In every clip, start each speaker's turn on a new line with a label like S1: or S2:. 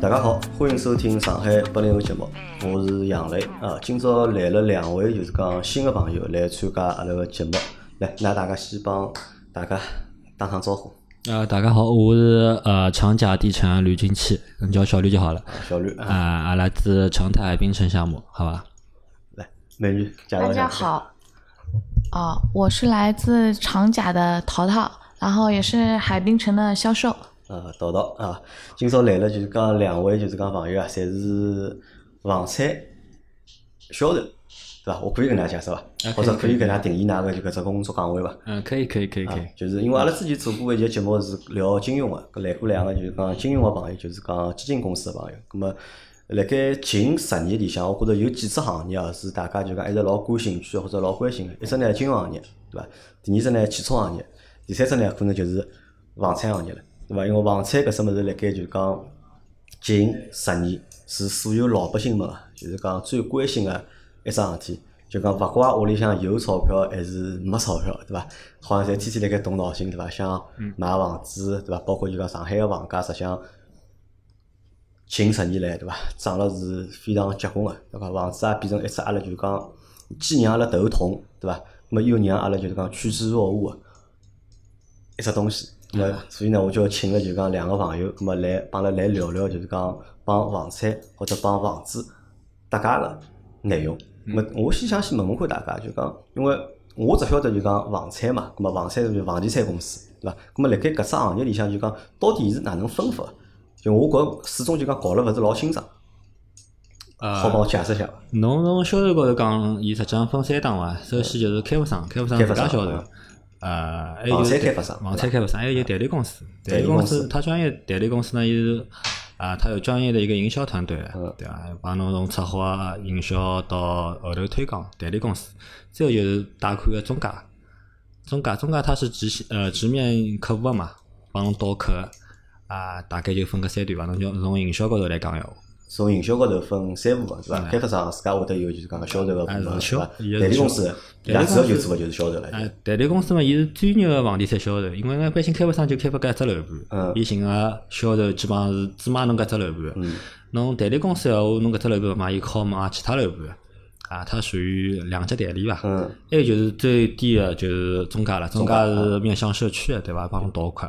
S1: 大家好，欢迎收听上海八零后节目，我是杨磊啊。今朝来了两位，就是讲新的朋友来参加阿拉个节目。来，那大家先帮大家打声招呼。
S2: 呃，大家好，我是呃长假地产吕金器，你叫小吕就好了。
S1: 小吕
S2: 啊，
S1: 啊，
S2: 阿拉自长泰滨城项目，好吧？
S1: 来，美女介绍
S3: 大
S1: 一下
S3: 家
S1: 自己。
S3: 好，哦，我是来自长甲的淘淘，然后也是海滨城的销售。
S1: 啊，道道啊，今朝来了就是讲两位就是讲朋友啊，侪是房产销售，对伐？我可以跟大家介绍伐？
S2: 啊
S1: 或者可
S2: 可
S1: 以
S2: 以
S1: 跟大家定义㑚个就搿只工作岗位伐？
S2: 嗯，可以，可以，可以，可以
S1: 啊。，就是因为阿拉之前做过一节节目是聊金融个，搿来过两个就是讲金融个朋友，就是讲基金公司个朋友。葛么，辣盖近十年里向，我觉着有几只行业啊是大家就讲一直老感兴趣或者老关心个。一只呢金融行业，对伐？第二只呢汽车行业，第三只呢可能就是房产行业了，对伐？因为房产搿只物事辣盖就是讲近十年是所有老百姓们啊就是讲最关心个一桩事体。就讲勿怪屋里向有钞票还是没钞票，对伐？好像侪天天辣盖动脑筋，对伐？想买房子，对伐？包括就讲上海个房价，实际上近十年来，对伐？涨了是非常结棍个，对伐？房子也变成一只阿拉就讲既让阿拉头痛，对伐？那么又让阿拉就是讲趋之若鹜个一只东西。那么所以呢，我就请了就讲两个朋友，那么来帮阿拉来聊聊，就是讲帮房产或者帮房子搭界个内容。
S2: 嗯
S1: 那么我先想先问问看大家，就讲，因为我只晓得就讲房产嘛，那么房产就是房地产公司，对伐？那么辣盖搿只行业里向就讲，到底是哪能分法？就我觉始终就讲搞了勿是老清爽，啊好帮
S2: 呃，
S1: 我解释一下伐？
S2: 侬从销售高头讲，伊实际上分三档伐？首先就是开发商，开发商
S1: 开
S2: 自
S1: 发
S2: 家
S1: 商
S2: 销售
S1: 嗯。
S2: 呃，还有
S1: 房
S2: 就是
S1: 产开发商
S2: 房产开发商，还有就是代理公司。
S1: 代
S2: 代
S1: 理
S2: 理
S1: 公
S2: 公
S1: 司
S2: 司，它专业代理公司呢，伊是啊，它有专业的一个营销团队
S1: 嗯，
S2: 对伐？帮侬从策划、营销到后头推广，代理公司。再有就是贷款的中介，中介中介它是直线呃直面客户的嘛，帮侬导客啊，大概就分个三段伐？侬就从营销高头来讲闲话。
S1: 从营销高头分三部分，对伐？
S2: 嗯
S1: 开发商自家会得有就是讲销售个部分，
S2: 啊
S1: 对
S2: 是
S1: 伐？
S2: 销
S1: 代理公司，伊
S2: 也
S1: 拉
S2: 是销
S1: 主要就做个就是销售了。
S2: 呃，代理公司嘛，伊是专业个房地产销售，因为呢，般性开发商就开发搿一只楼
S1: 嗯嗯
S2: 盘，伊寻个销售基本上是只卖侬搿只楼盘。侬代理公司闲话，侬搿只楼盘勿卖，伊靠卖其他楼盘，啊，它属于两级代理伐？
S1: 嗯，
S2: 还有就是最低个就是中介了，中介是面向社区个对伐？帮侬导客。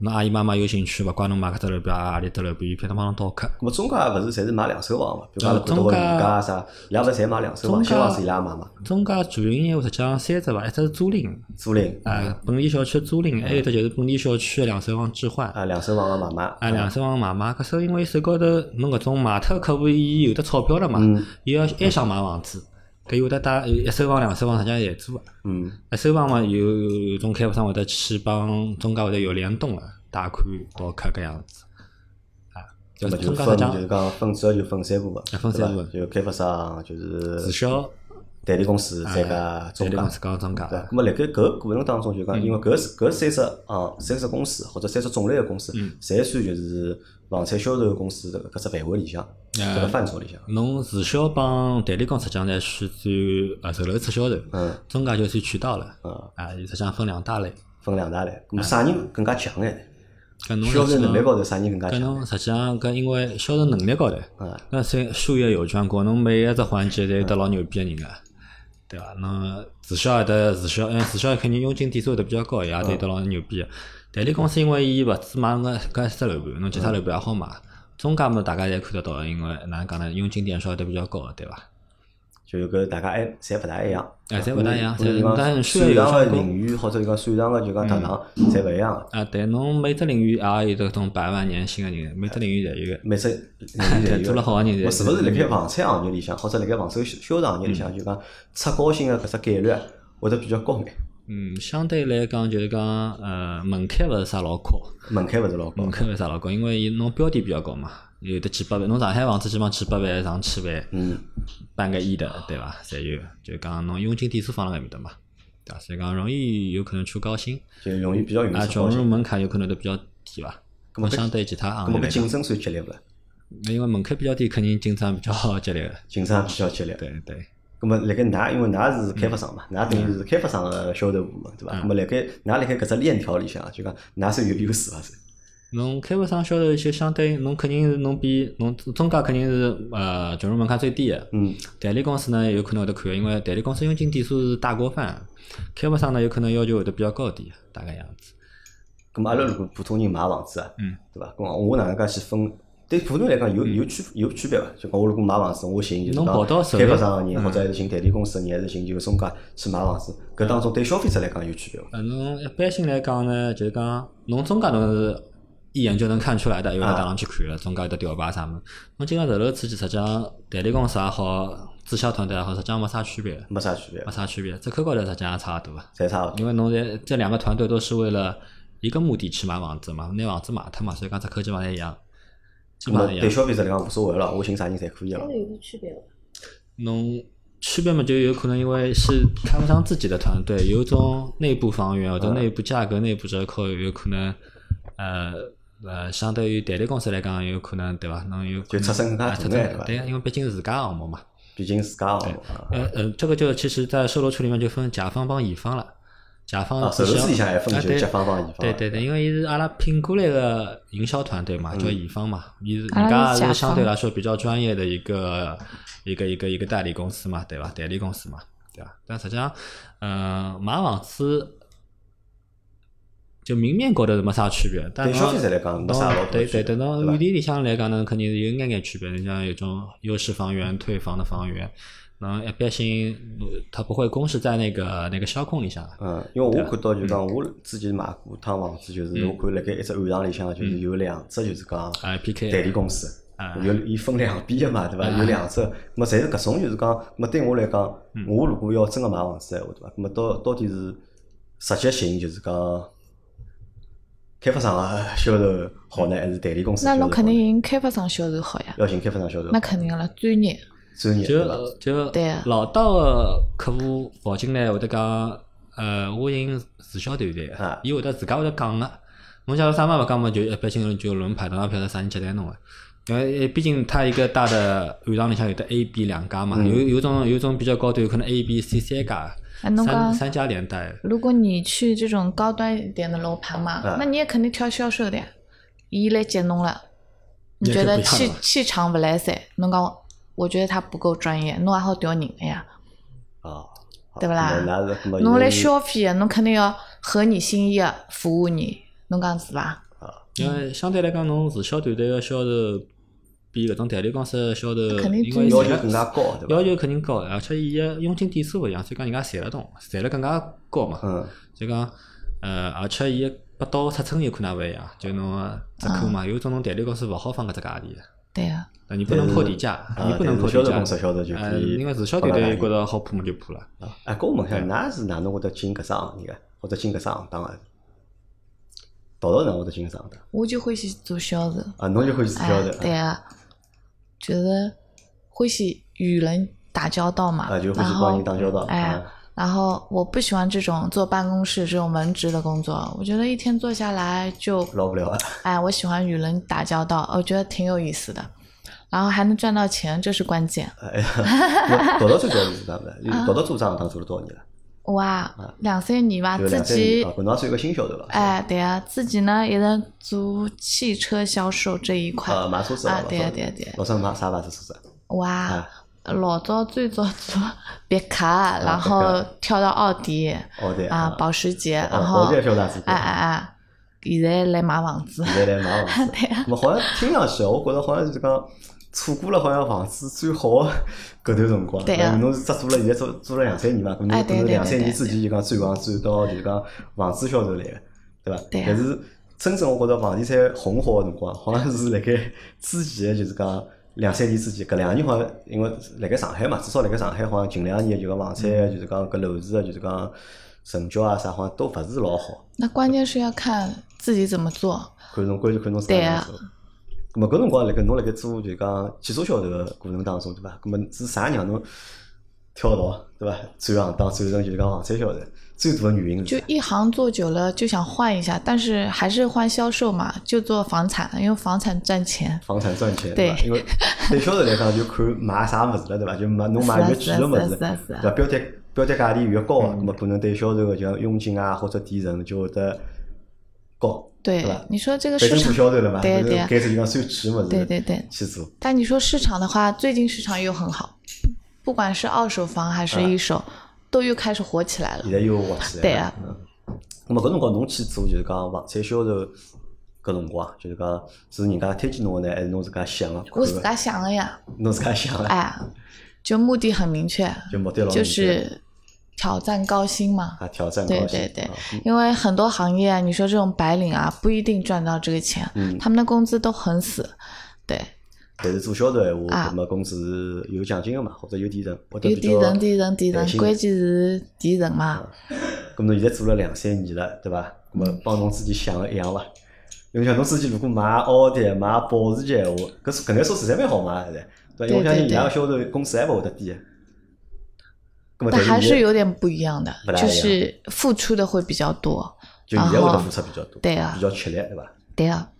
S2: 侬阿姨妈妈有兴趣，勿怪侬买搿只楼盘啊，阿里只楼盘，伊偏头帮侬导客。
S1: 咁么中介勿是侪是买两手房嘛？比如讲
S2: 啊
S1: 看到个
S2: 中介
S1: 人家啥，伊拉勿是侪买两手房，
S2: 中介
S1: 新房子伊拉买嘛，
S2: 中介主营业务实际上三只伐，一只是租赁，
S1: 租赁
S2: 啊，本地小区租赁，还有一只就是本地小区个两手房置换。
S1: 啊，两手房个买卖
S2: 啊，两手房买卖，搿时候因为手高头侬搿种卖脱客户，伊有得钞票了嘛
S1: 嗯，
S2: 伊要还想买房子，搿有得带呃一手房、两手房实际上侪租个。
S1: 嗯，
S2: 一手房嘛，有有种开发商会得去帮中介会得有联动个，贷款导客搿样子。啊，
S1: 咁
S2: 就是
S1: 么就
S2: 中介
S1: 分
S2: 实际
S1: 就是
S2: 上
S1: 讲分主要就分三部分，
S2: 啊分
S1: 对伐
S2: 三部分
S1: 就开发商就
S2: 直
S1: 是
S2: 销、
S1: 代理公司
S2: 啊
S1: 再加中介
S2: 代理。公司嗯讲中介，
S1: 对，咁么辣盖搿过程当中就讲，因为搿是搿三只啊三只公司或者三只种类个公司，
S2: 嗯
S1: 侪算就是房产销售公司搿只范围里向，
S2: 哎
S1: 搿个范畴里向。
S2: 啊侬直销帮代理公司实际上侪是算呃售楼次销售，
S1: 嗯，
S2: 中介就算渠道了。
S1: 啊，
S2: 啊，伊实际上分两大类。
S1: 分两大类。咁
S2: 哎
S1: 么啥人更加强哎？
S2: 搿侬
S1: 销
S2: 实
S1: 售
S2: 际
S1: 能力
S2: 上
S1: 高头啥人更加
S2: 搿
S1: 强？哎
S2: 侬实际上搿因为销售能力高头，
S1: 啊，
S2: 那虽术业有专攻，侬每一只环节侪有得老牛逼个人个，对伐？侬直销也得直销，嗯，直销肯定佣金点数会得比较高，也得有得老牛逼个。代理公司因为伊勿止买搿搿一只楼盘，侬其他楼盘也好买。中介嘛，大家侪看得到的，因为哪能讲呢？佣金点数会得比较高个，对伐？
S1: 就搿大家还侪勿大一样。
S2: 哎侪勿大一样
S1: 可能
S2: 侪
S1: 可能
S2: 但
S1: 讲
S2: 是
S1: 擅
S2: 需
S1: 长
S2: 要
S1: 个
S2: 有成功
S1: 领域或者讲擅长个就讲特长侪勿一样个，
S2: 啊，对，侬每只领域啊也有得搿种百万年薪个人，每只领域侪有个。
S1: 每只 领域侪有。
S2: 做了好个人侪有
S1: 我
S2: 个。
S1: 是勿是辣盖房产行业里向，或者辣盖房产销售行业里向，就讲出高薪个搿只概率会得比较高眼，
S2: 嗯，相对来讲就是讲，呃，门槛勿是啥老高，
S1: 门槛勿是老高
S2: 门。槛勿是啥老高，因为伊侬标的比较高嘛，有得几百万，侬上海房子基本上几百万上千万，
S1: 嗯，
S2: 半个亿的，对伐？侪有，就是讲侬佣金点数放辣搿面搭嘛，对伐？所以讲容易有可能出高薪，
S1: 就容易比较容
S2: 啊，
S1: 易出
S2: 融
S1: 高
S2: 入
S1: 薪。
S2: 门槛有可能都比较低伐？
S1: 咾么
S2: 那
S1: 搿
S2: 相对其他
S1: 咁
S2: 行
S1: 么
S2: 业
S1: 搿
S2: 来讲，
S1: 竞争算激烈勿啦？
S2: 那因为门槛比较低，肯定竞争比较激烈的。
S1: 竞争比较激烈。
S2: 对嗯对，
S1: 咁么辣盖㑚，因为㑚是开发商嘛，㑚等于是开发
S2: 嗯
S1: 啊商个销售部门，对伐？咁么辣盖㑚辣盖搿只链条里向，就讲㑚算有优势伐？是
S2: 侬开发商销售就相对应，侬肯定是侬比侬中介肯定是呃进入门槛最低的。
S1: 嗯，
S2: 代理公司呢有可能会得看，因为代理公司佣金点数是大锅饭，开发商呢有可能要求会得比较高点，大概样子。
S1: 咁阿拉如果普通人买房子啊，
S2: 嗯，
S1: 对伐？咁我哪能介去分？对普通人来讲有有区有区别伐？就讲我如果买房子，我寻就是
S2: 侬跑到嗯
S1: 讲
S2: 首
S1: 开
S2: 页
S1: 发商个人，或者还是寻代理公司个人，还是寻就是中介去买房子，搿当中对消费者来讲有区别伐？
S2: 呃，侬一般性来讲呢，就是讲侬中介侬是一眼就能看出来的，因为
S1: 啊
S2: 带上去看了，中介有得吊牌啥么。侬今个售楼刺激，实际上代理公司也好，直销团队也好，实际上没啥区别，
S1: 没啥区别啊
S2: 没，啥区别，折扣高头实际上也差勿多。
S1: 侪差勿多。
S2: 因为侬在这两个团队都是为了一个目的去买房子嘛，拿房子卖脱嘛，所以讲折扣基本上一样，基
S1: 咁
S2: 本
S1: 么
S2: 上一
S1: 对
S2: 样。
S1: 消费者来讲无所谓了，我寻啥人侪可以了
S4: 真。的有个区别哦吧？
S2: 侬区别嘛，就有可能因为是开发商自己的团队，有种内部房源或
S1: 嗯
S2: 者内部价格、内部折扣，有可能呃呃，相对于代理公司来讲，有可能对伐？侬有可
S1: 就
S2: 能
S1: 出身更加
S2: 啊
S1: 大
S2: 出
S1: 眼
S2: 身
S1: 对伐
S2: 对呀，因为毕竟是自家项目嘛。
S1: 毕竟自家项目啊，
S2: 呃呃，这个就其实，在售楼处里面就分甲方帮乙方了。甲方
S1: 啊，
S2: 直
S1: 售楼
S2: 销
S1: 处里向还分
S2: 啊
S1: 就是
S2: 对
S1: 甲方帮乙方。
S2: 对对对，因为伊是阿拉聘过来个营销团队
S1: 嗯
S2: 嘛，叫乙方嘛，伊是
S3: 阿
S2: 人家
S3: 拉是
S2: 是
S3: 甲
S2: 相对来说比较专业的一个一个一个一个代理公司嘛，对吧？代理公司嘛，对吧？但实际上，呃，买房子就明面高头是没啥区别，但
S1: 对
S2: 侬
S1: 消费者来讲没啥老大
S2: 对
S1: 区别
S2: 对，但侬
S1: 对吧
S2: 远点里向来讲呢，肯定是有眼眼区别，你像有种优势房源、退房的房源。那一般性，它不会公示在那个那个销控里向，
S1: 嗯，因为
S2: 啊
S1: 我看到就讲，
S2: 嗯
S1: 我之前买过趟房子，就是我看辣盖一只案场里向，
S2: 嗯
S1: 就是有两只就是讲
S2: 啊，PK
S1: 代理公司
S2: 啊，
S1: 有伊分两边个嘛，对
S2: 哎
S1: 伐？有两只，那么侪是搿种就是讲，那么对我来讲，
S2: 嗯
S1: 我如果要真个买房子闲话，对伐？那么到到底是直接寻就是讲开发商个销售好
S2: 嗯
S1: 呢，还是代理公司销
S3: 那
S1: 售好
S3: 侬
S1: 呢？
S3: 肯定寻开发商销售好呀，
S1: 要寻开发商销售
S3: 那，肯定了，专业。
S1: 专业对伐？
S2: 就呃就
S3: 对啊
S2: 老道个客户跑进来会得讲，呃，我寻直销团队
S1: 啊，
S2: 伊会得自家会得讲啊个。侬假如啥嘛勿讲嘛，就一般性就轮排，侬也勿晓得啥人接待侬个。啊因为毕竟它一个大的案场里向有得 A、B 两家嘛，
S1: 嗯
S2: 有有种有种比较高端，有可能 A、B、C 三家，
S3: 哎侬
S2: 三
S3: 讲
S2: 三家连带。
S3: 如果你去这种高端一点的楼盘嘛，
S1: 啊
S3: 那你也肯定挑销售的呀，伊来接侬了。你觉得
S2: 也是不一
S3: 气
S2: 样的
S3: 气场不来塞，侬讲我，我觉得他不够专业，侬还好调人的呀。
S1: 啊，好
S3: 对不啦
S1: 那那
S2: 呃
S1: 是
S3: 侬来
S1: 销
S3: 消费的，侬肯定要合你心意的服务你，侬讲是吧？
S2: 因为相对来讲，侬直销团队个销售比搿种代理公司个销售，
S3: 肯定
S2: 因为
S1: 要
S2: 人家
S1: 求更加高，对伐？
S2: 要求肯定高，而且伊个佣金点数勿一样，所以讲人家赚了动，赚了更加高嘛。
S1: 嗯，
S2: 就讲，呃，而且伊个拨到尺寸有可能也勿一样，就侬个折扣嘛，有种侬代理公司勿好放搿只价钿的，
S3: 对啊呀、
S2: 那你不能破底价，
S1: 啊
S2: 你不能
S1: 但
S2: 破
S1: 是销
S2: 底
S1: 售
S2: 价
S1: 公。司销售就可
S2: 呃，
S1: 以，
S2: 因为直销团队觉着好破嘛就破了。
S1: 啊，哎，跟我问一下，㑚是哪能会得进搿只行业个，或者进搿只行当个？淘淘哪能会得进搿只行当？
S3: 我就欢喜做销售。
S1: 啊，侬就欢喜
S3: 哎
S1: 销售，
S3: 对
S1: 啊
S3: 呀、觉得欢喜与人打交道嘛，
S1: 啊，就欢
S3: 然
S1: 喜
S3: 后
S1: 帮人打交道，
S3: 哎，
S1: 啊，
S3: 然后我不喜欢这种坐办公室这种文职的工作，我觉得一天做下来就，
S1: 老无聊啊，
S3: 哎，我喜欢与人打交道，哦我觉得挺有意思的，然后还能赚到钱，这是关键。
S1: 哎，那淘淘最早是哪 能？因为淘淘做啥行当做了多少年了？
S3: 哇，两三年吧，
S1: 有
S3: 自
S1: 啊两三年
S3: 己
S1: 啊，搿侬也算一个新销售了，
S3: 哎，对呀、自己呢也在做汽车销售这一块。
S1: 啊，买车子
S3: 啊
S1: 了，
S3: 对呀
S1: 呀
S3: 对呀
S1: 呀
S3: 对呀
S1: 老早买啥牌子车子？
S3: 哇
S1: 啊，
S3: 老早最早做 别卡，然
S1: 别
S3: 后
S1: 克
S3: 跳到奥迪
S1: 哦对
S3: 啊，保时捷，
S1: 啊
S3: 然后
S1: 保时捷跳到哪次
S3: 哎哎哎，现在来买房子，
S1: 现在来买房子，
S3: 对呀，
S1: 我好像听上去，我觉着好像就是讲错过了好像房子最好的搿段辰光。
S3: 对啊
S1: 因为侬是只做了现在做做了两三年嘛，搿侬
S3: 哎
S1: 可
S3: 对
S1: 能
S3: 对
S1: 两三
S3: 对
S1: 年
S3: 对
S1: 之前就讲转行转到就是讲房子销售来个，对伐？
S3: 对啊
S1: 但是真正我觉着房地产红火个辰光，好像是辣盖之前的就是讲。两三年之前，搿两年好像因为辣盖上海嘛，至少辣盖上海好像近两年就讲房产的就是讲搿楼市的就是讲成交啊啥，好像都勿是老好。
S3: 那关键是要看自己怎么做。
S1: 看侬关键看侬自
S3: 对
S1: 家
S3: 啊
S1: 做。咁么搿辰光辣盖侬辣盖做就讲汽车销售个过程当中，对伐？咁啊么是啥让侬跳槽，对伐？转行当转成就是讲房哦产销售，最大个原因
S3: 就是
S1: 啥？
S3: 一行做久了就想换一下，但是还是换销售嘛，就做房产，因为房产赚钱。
S1: 房产赚钱，对伐？
S3: 对
S1: 因为对销售来 讲，就看买啥物事了，对伐？就买侬
S3: 是
S1: 买
S3: 啊
S1: 越
S3: 是
S1: 贵
S3: 啊
S1: 个物事，
S3: 是啊是嗯啊是
S1: 对
S3: 啊
S1: 伐？标的标的啊价钿越高，咁么可能对销售个就像佣金啊或者提成就会得高。
S3: 对
S1: 对吧
S3: 你说这个
S1: 反
S3: 市
S1: 正
S3: 场
S1: 做销售的嘛，
S3: 啊对
S1: 就是
S3: 对啊
S1: 开始就讲算钱么
S3: 对
S1: 子
S3: 对对。
S1: 去做，
S3: 但你说市场的话，最近市场又很好，不管是二手房还
S1: 哎
S3: 是一手，都又开始火起来了
S1: 现。在又火起来了。
S3: 对啊
S1: 嗯。那么搿辰光侬去做就是讲房产销售搿辰光，就是讲是人家推荐侬的呢，还是侬自家想啊的？
S3: 我自家想了呀，
S1: 侬自家想的，
S3: 哎，就目的很明确，
S1: 就目的老
S3: 就
S1: 明确
S3: 是挑战高薪嘛。
S1: 啊挑战高兴。
S3: 对对对
S1: 啊，
S3: 因为很多行业，啊你说这种白领啊，不一定赚到这个钱，
S1: 嗯，
S3: 他们的工资都很死。对，
S1: 但是做销售的闲话，
S3: 啊
S1: 搿么工资有奖金的嘛，或者有提成，或者
S3: 有
S1: 比
S3: 提
S1: 较
S3: 成、提成、提成
S1: 弹，性
S3: 关键是提成嘛。
S1: 咁侬现在做了两三年了，对伐？咁么帮侬自己想个一样伐？因为像侬自己如果买奥迪、买保时捷闲话，搿是搿眼车子侪蛮好买的，对伐？因为我相信伊拉个销售工资还勿会得低。咁么
S3: 但还是
S1: 有，
S3: 有点不一样的
S1: 不，大一
S3: 就
S1: 样
S3: 是付出的会比较多。
S1: 就现在会得付出比较多，
S3: 对啊
S1: 比较吃力，对伐？
S3: 对啊，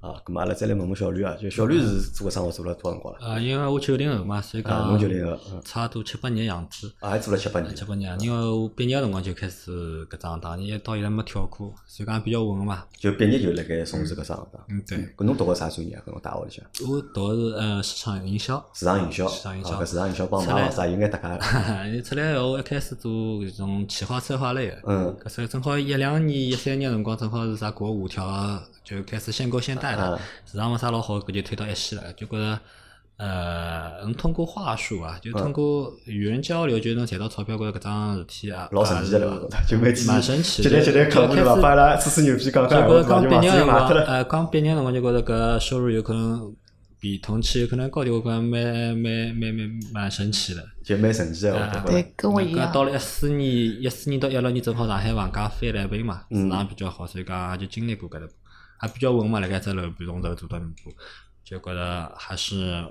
S1: 啊，咁么阿拉再来问问小吕啊，就小吕是做搿生活做了多少辰光了？
S2: 啊，因为我九零后嘛，所以
S1: 啊，
S2: 讲
S1: 侬就那个，嗯，
S2: 差不多七八年样子。
S1: 啊，还做了七八年，
S2: 七八年，因为我毕业的辰光就开始搿张打，也到现在没跳过，所以讲比较混个嘛。
S1: 就毕业就辣盖从事搿生活的。
S2: 嗯，对，
S1: 搿侬读个啥专业啊？搿侬大学里向
S2: 我读的是呃市场营销，
S1: 市场营销，
S2: 市场营销
S1: 啊搿市场营销帮
S2: 出来
S1: 买房啥有眼搭界的。
S2: 你出来后一开始做搿种企划策划类的，
S1: 嗯，
S2: 搿时候正好一两年、一三年辰光，正好是啥国五条啊就开始限购限贷
S1: 啊
S2: 了，市场没啥老好，搿就推到一线了，就觉着呃，能通过话术啊，就通过与人交流，就能赚到钞票，觉着搿桩事体啊，
S1: 老神奇的对伐？就每天
S2: 蛮神奇
S1: 接
S2: 的
S1: 待接待客户对伐？
S2: 就开始
S1: 帮阿拉吹吹牛逼讲
S2: 就
S1: 讲闲话对伐？就
S2: 觉着刚毕
S1: 把
S2: 业
S1: 自
S2: 辰
S1: 己卖
S2: 光
S1: 脱，了。
S2: 呃，刚毕业辰光就觉着搿收入有可能比同期有可能高点，我觉着蛮蛮蛮蛮蛮神奇的。
S1: 就蛮神奇的，我觉着
S3: 对，跟我一
S2: 那
S3: 样
S2: 个。到了一四年，一四年到一六年正好上海房价翻了一倍
S3: 嗯
S2: 嘛，市场比较好，所以讲也就经历过搿搭，还比较稳嘛，辣盖只楼盘从头做到尾部，就觉着还是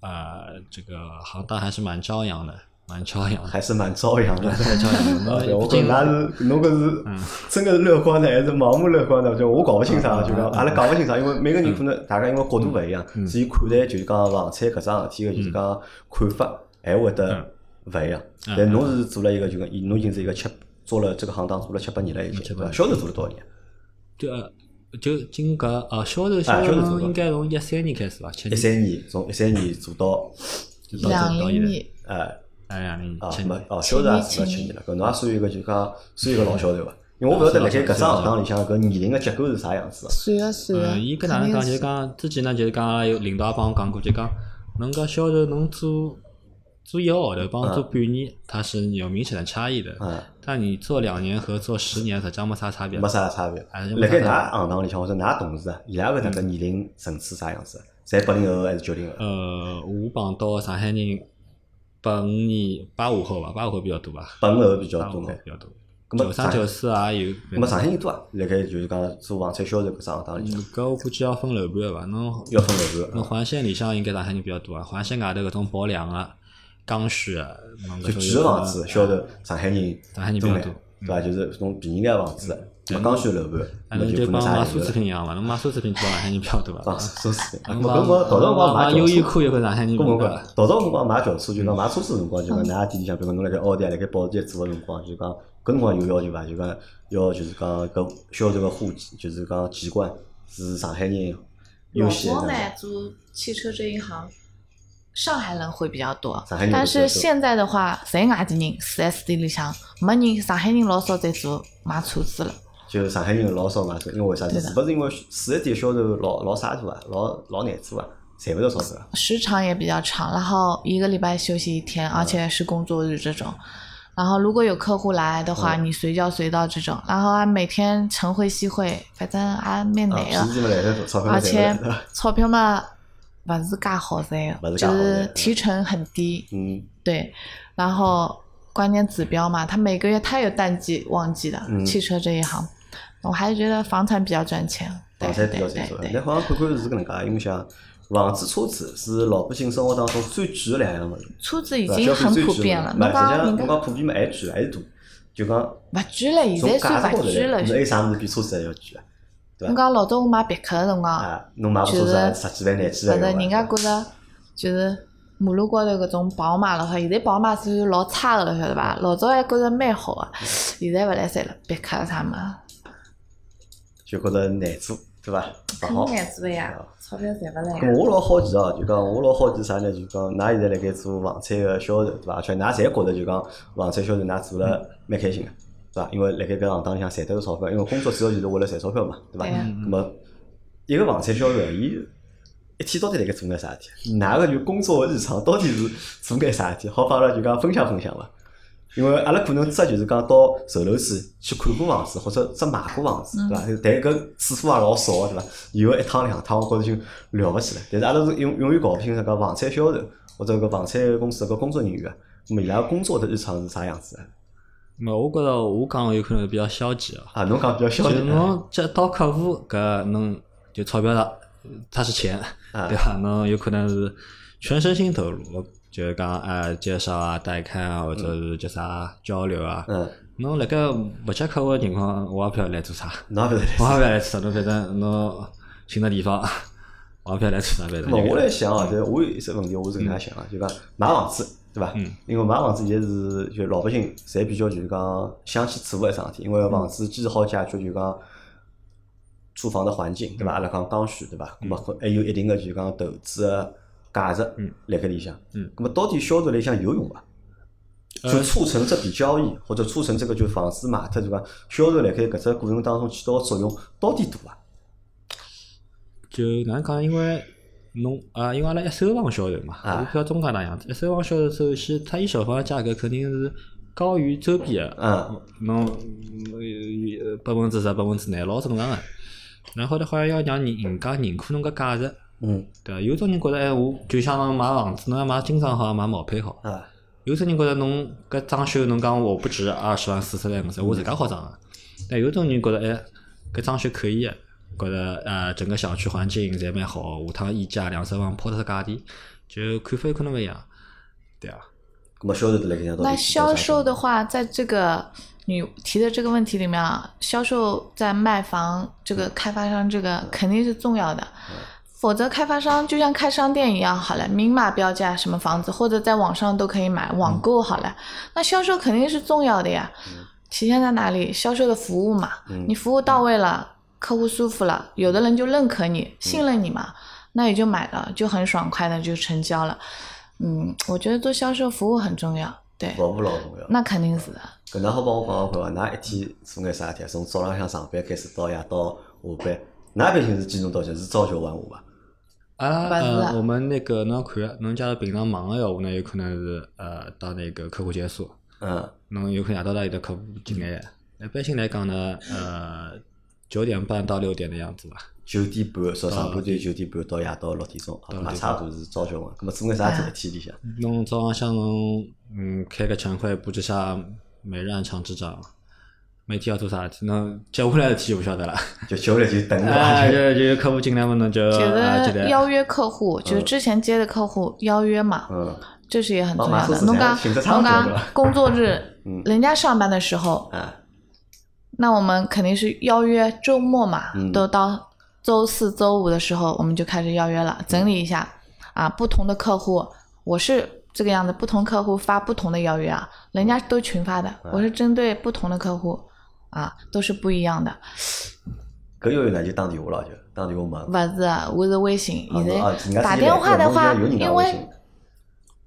S2: 呃这个行当还是蛮朝阳的，蛮朝阳的，
S1: 还是蛮朝阳的。
S2: 太朝阳
S1: 啊
S2: 了。
S1: 对
S2: 因为
S1: 我觉
S2: 毕
S1: 嗯
S2: 竟
S1: 着㑚是侬搿是真个是乐观的，还是盲目乐观的？就我搞勿清爽，就讲阿拉搞勿清爽，因为每个人可能大家因为角度勿一样，所以看待就是讲房产搿桩事体个就是讲看法还会得勿一样。
S2: 嗯
S1: 但侬是做了一个就讲，侬已经是一个七做了这个行当做了七八年了已经，
S2: 七
S1: 对
S2: 八
S1: 伐？
S2: 年
S1: 销售做了多少年？
S2: 就呃就今个呃销售
S1: 啊
S2: 销
S1: 销售做到
S2: 售应该从一三年开始吧，
S1: 一
S2: 七年
S1: 三年，从一三年做到
S2: 就到
S3: 两
S2: 这到现
S3: 零
S2: 在
S3: 年，
S1: 哎。
S2: 哎两零
S1: 啊，
S2: 七
S1: 没
S2: 年，
S1: 哦，销售也是勿七年了，搿侬也算一个就讲算一个老销售伐？因为我勿晓得辣盖搿桩行当里向搿年龄个结构是啥样子啊。
S3: 算了算了
S2: 呃，，伊搿哪能
S3: 肯定
S2: 讲？就是是讲之前呢，就是讲阿拉有领导也帮我讲过，就讲侬搿销售侬做做一个号头，帮我做半年，它是有明显的差异的。
S1: 嗯，
S2: 但你做两年和做十年，实际上没啥差别。
S1: 没啥差别。
S2: 哎就
S1: 辣
S2: 没啥
S1: 盖
S2: 差别
S1: 㑚行当里向或者㑚同事啊，伊拉搿搭个
S2: 嗯
S1: 年龄层次啥样子啊？侪八零后还是九零后？
S2: 呃，我碰到上海人八五年、八五后吧，八五后比较多吧，
S1: 八五后比较
S2: 八
S1: 多
S2: 五
S1: 嘛
S2: 后。比较多。
S1: 葛
S2: 九
S1: 末
S2: 三
S1: 上，
S2: 九四也有。
S1: 葛末上海人多啊，辣盖就是讲做房产销售搿桩行当里向
S2: 嗯搿我估计要分楼盘的吧，侬
S1: 要分楼盘
S2: 侬
S1: 啊，
S2: 环线里向应该上海人比较多啊，环线外头搿种宝良啊、刚需啊，侬搿
S1: 就
S2: 种
S1: 几
S2: 有
S1: 个
S2: 可
S1: 房
S2: 能哎
S1: 子销售上海人
S2: 上海人比
S1: 多
S2: 较
S1: 眼
S2: 多嗯
S1: 对伐？就是种便宜眼房子，没刚需楼盘，
S2: 啊，
S1: 那
S2: 侬就
S1: 可能
S2: 帮
S1: 啥
S2: 买
S1: 也
S2: 奢侈
S1: 有。
S2: 品一样嘛，侬买奢侈品基本上还人比较多
S1: 啊，
S2: 吧。
S1: 奢侈品。啊
S2: 侬
S1: 搿搿么到辰光买
S2: 买
S1: 轿
S2: 优衣
S1: 车
S2: 库有可能还人比
S1: 搿
S2: 较
S1: 么
S2: 多
S1: 讲
S2: 啊。，
S1: 到辰光买轿车就讲买车子辰光就讲，㑚店里向，比如讲侬辣盖奥迪啊、辣盖保时捷做个辰光，就讲搿辰光有要求伐？就讲要就是讲搿销售个户籍，就是讲籍贯是上海人优先
S3: 老
S1: 的
S3: 呢。，做汽车这一行，上海人会比较多
S1: 上海人，会
S3: 但
S1: 比较
S3: 是
S1: 多
S3: 现在的话，侪外地人四 S 店里向没人，上海人老少在做买车子了。
S1: 就上海人老少嘛，因为为啥？
S3: 对的
S1: 是勿是因为四 S 店销售老老洒脱啊，老老难做啊，赚勿到钞票啊？
S3: 时长也比较长，然后一个礼拜休息一天，而且是工作日这种。然后如果有客户来的话，
S1: 嗯
S3: 你随叫随到这种。然后啊，每天晨会夕会，反正啊蛮
S1: 啊，
S3: 难
S1: 皮
S3: 的。
S1: 子嘛来得钞票嘛
S3: 而
S1: 赚
S3: 且
S1: 勿来。
S3: 钞票嘛，勿是介好赚
S1: 勿是，介
S3: 就
S1: 好
S3: 是
S1: 赚
S3: 提成很低。
S1: 嗯
S3: 对，然后关键指标嘛，它每个月它有淡季旺季的，
S1: 嗯
S3: 汽车这一行，我还是觉得房产比较赚钱。对
S1: 房产比较赚手
S3: 对对，
S1: 但
S3: 对，
S1: 好像看看是搿能介，哎因为像房子、车子是老百姓生活当中最贵的两样物事。
S3: 车子已
S1: 对吧啊消
S3: 经
S1: 费
S3: 很
S1: 最
S3: 普
S1: 贵
S3: 遍
S1: 了
S3: 了。
S1: 嘛实
S3: 侬
S1: 际
S3: 讲
S1: 上，
S3: 人
S1: 侬
S3: 家
S1: 讲普遍嘛，还贵还是大，就讲
S3: 勿贵了，现在
S1: 从价
S3: 算
S1: 值高头来
S3: 勿贵
S1: 看，。
S3: 了
S1: 侬还有啥物事比车子还要贵啊？对
S3: 侬
S1: 吧？
S3: 讲老早我买别克的辰光，
S1: 啊，侬买部车
S3: 就
S1: 子
S3: 是
S1: 也十几万、廿几
S3: 反
S1: 万
S3: 正人家
S1: 觉
S3: 觉着就是马路高头搿种宝马了哈，现在宝马是老差的了，晓得啊伐？老早还觉着蛮好的，现在勿来三了，别克啥么？
S1: 就觉着难做，对伐？勿好。
S4: 难做呀，钞票赚勿来
S1: 咁
S4: 呀。
S1: 我老好奇哦，就讲我老好奇啥呢？就讲㑚现在辣盖做房产个销售，对伐？而且㑚侪觉着就讲房产销售㑚做了蛮开心个，对伐？因为辣盖搿行当里向赚得到钞票，因为工作主要就是为了赚钞票嘛，对伐？
S3: 对啊
S1: 咁么一个房产销售，伊一天到底辣盖做眼啥事体？㑚个就工作日常到底是做眼啥事体？好帮阿拉就讲分享分享伐？因为阿拉可能只就是讲到售楼处去看过房子，或者只买过房子，对伐？但搿次数也老少的，对伐？有的一趟两趟，我觉着就聊勿起来。但是阿拉是永永远搞勿清楚搿房产销售或者搿房产公司搿工作人员，咾么伊拉工作的日常是啥样子的？
S2: 咹，我觉着我讲的有可能比较消极啊，
S1: 啊，侬讲比较消
S2: 就
S1: 极
S2: 是，侬接到客户搿侬就钞票了，它是钱，
S1: 啊
S2: 对伐？侬有可能是全身心投入，就是讲哎介绍啊、带看啊，或者是叫啥交流啊。
S1: 嗯，
S2: 侬辣盖勿接客户的情况，我也不晓得来做啥，
S1: 哪勿是来
S2: 我也不晓得来做啥，侬反正侬寻个地方， 我也不晓得来做啥，反正
S1: 么
S2: 就
S1: 我来想
S2: 嗯
S1: 啊，就是我有一些问题，我是搿能介想啊，就讲买房子，对伐？
S2: 嗯
S1: 因为买房子现在是就老百姓侪比较就是讲想去做个一桩事体，因为
S2: 嗯
S1: 房子既好解决就讲住房的环境，
S2: 嗯
S1: 对伐？阿拉讲刚需，对伐？咾么还还有一定个就是讲投资个价值
S2: 嗯
S1: 辣盖里向。
S2: 嗯呃
S1: 咾么到底销售来讲有用伐？就促成这笔交易，或者促成这个就房子卖脱，就讲销售辣盖搿只过程当中起到个作用到底大伐？
S2: 就哪能讲？因为侬啊，因为阿拉一手房销售嘛，
S1: 啊
S2: 股票中介那样子，一手房销售首先，它一手房的价格肯定是高于周边的，
S1: 嗯
S2: 侬呃呃百分之十、百分之廿老正常个。然后的话，要让人人家认可侬个价值，
S1: 嗯
S2: 对伐？有种人觉着，哎，我就像侬买房子，侬要买精装好，买毛坯好。
S1: 啊
S2: 有种人觉着侬搿装修侬讲我不值二十万、四十万，搿种我自家好装啊。但有种人觉着哎，搿装修可以，啊觉着呃整个小区环境侪蛮好，下趟溢价两三万抛脱价钿，就看法有可能勿一样，对啊。
S1: 咾么销售辣盖里向到底
S3: 那
S1: 起到啥
S3: 销售
S1: 作用
S3: 的话，在这个你提的这个问题里面啊，销售在卖房这个开发商这个肯定是重要的，否则开发商就像开商店一样，好了，明码标价什么房子，或者在网上都可以买，网购好了，那销售肯定是重要的呀。体现在哪里？销售的服务嘛，
S1: 嗯
S3: 你服务到位了，客户舒服了，有的人就认可你、信任你嘛，那也就买了，就很爽快的就成交了。嗯，我觉得做销售服务很重要，对，
S1: 服务老重要。
S3: 那肯定是的。
S1: 搿能好帮我讲讲看伐？㑚一天做眼啥事体？从早浪向上班开始到夜到下班，㑚毕竟是几点到几点？是朝九晚五伐？
S2: 阿拉
S3: 不是啊
S2: 呃，我们那个侬要看，侬假如平常忙个闲话呢，有可能是呃到那个客户结束，
S1: 嗯
S2: 侬有可能夜到到有的客户进来。一般性来讲呢，呃九点半到六点的样子吧。
S1: 九点半说上半段九点半到夜到六点钟，啊，
S2: 到
S1: 嘛
S2: 六点钟
S1: 差不多是朝九晚五。咁么做眼啥事体？一天里向
S2: 弄早浪向侬嗯开个晨会布置下每日暗场之长，每天要做啥事体，侬接下来的事体就不晓得了。
S1: 就九点就等 着
S2: 哎，
S1: 伐？
S2: 就就有客户进来嘛，侬就
S1: 呃
S3: 觉
S2: 啊进
S3: 得邀
S2: 来。
S3: 约客户，就是之前接的客户邀约嘛，
S1: 嗯，
S3: 这是也很重要
S1: 老马
S3: 的。
S1: 是
S3: 侬讲
S1: 请得上
S3: 侬
S1: 去
S3: 讲
S1: 的
S3: 工作日
S1: 嗯，
S3: 人家上班的时候，
S1: 啊，
S3: 那我们肯定是邀约周末嘛，
S1: 嗯
S3: 都到周四周五的时候，我们就开始邀约了，
S1: 嗯
S3: 整理一下啊，不同的客户，我是这个样子，不同客户发不同的邀约啊，人家都群发的，
S1: 嗯
S3: 我是针对不同的客户啊，都是不一样的。
S1: 搿要有呢就打电话了，就打电话问。
S3: 不是，我是微信，
S1: 啊
S3: 现
S1: 侬啊人家自
S3: 在打
S1: 己
S3: 电
S1: 来
S3: 话的
S1: 侬现在
S3: 话，
S1: 有人家
S3: 因
S1: 微
S3: 为
S1: 信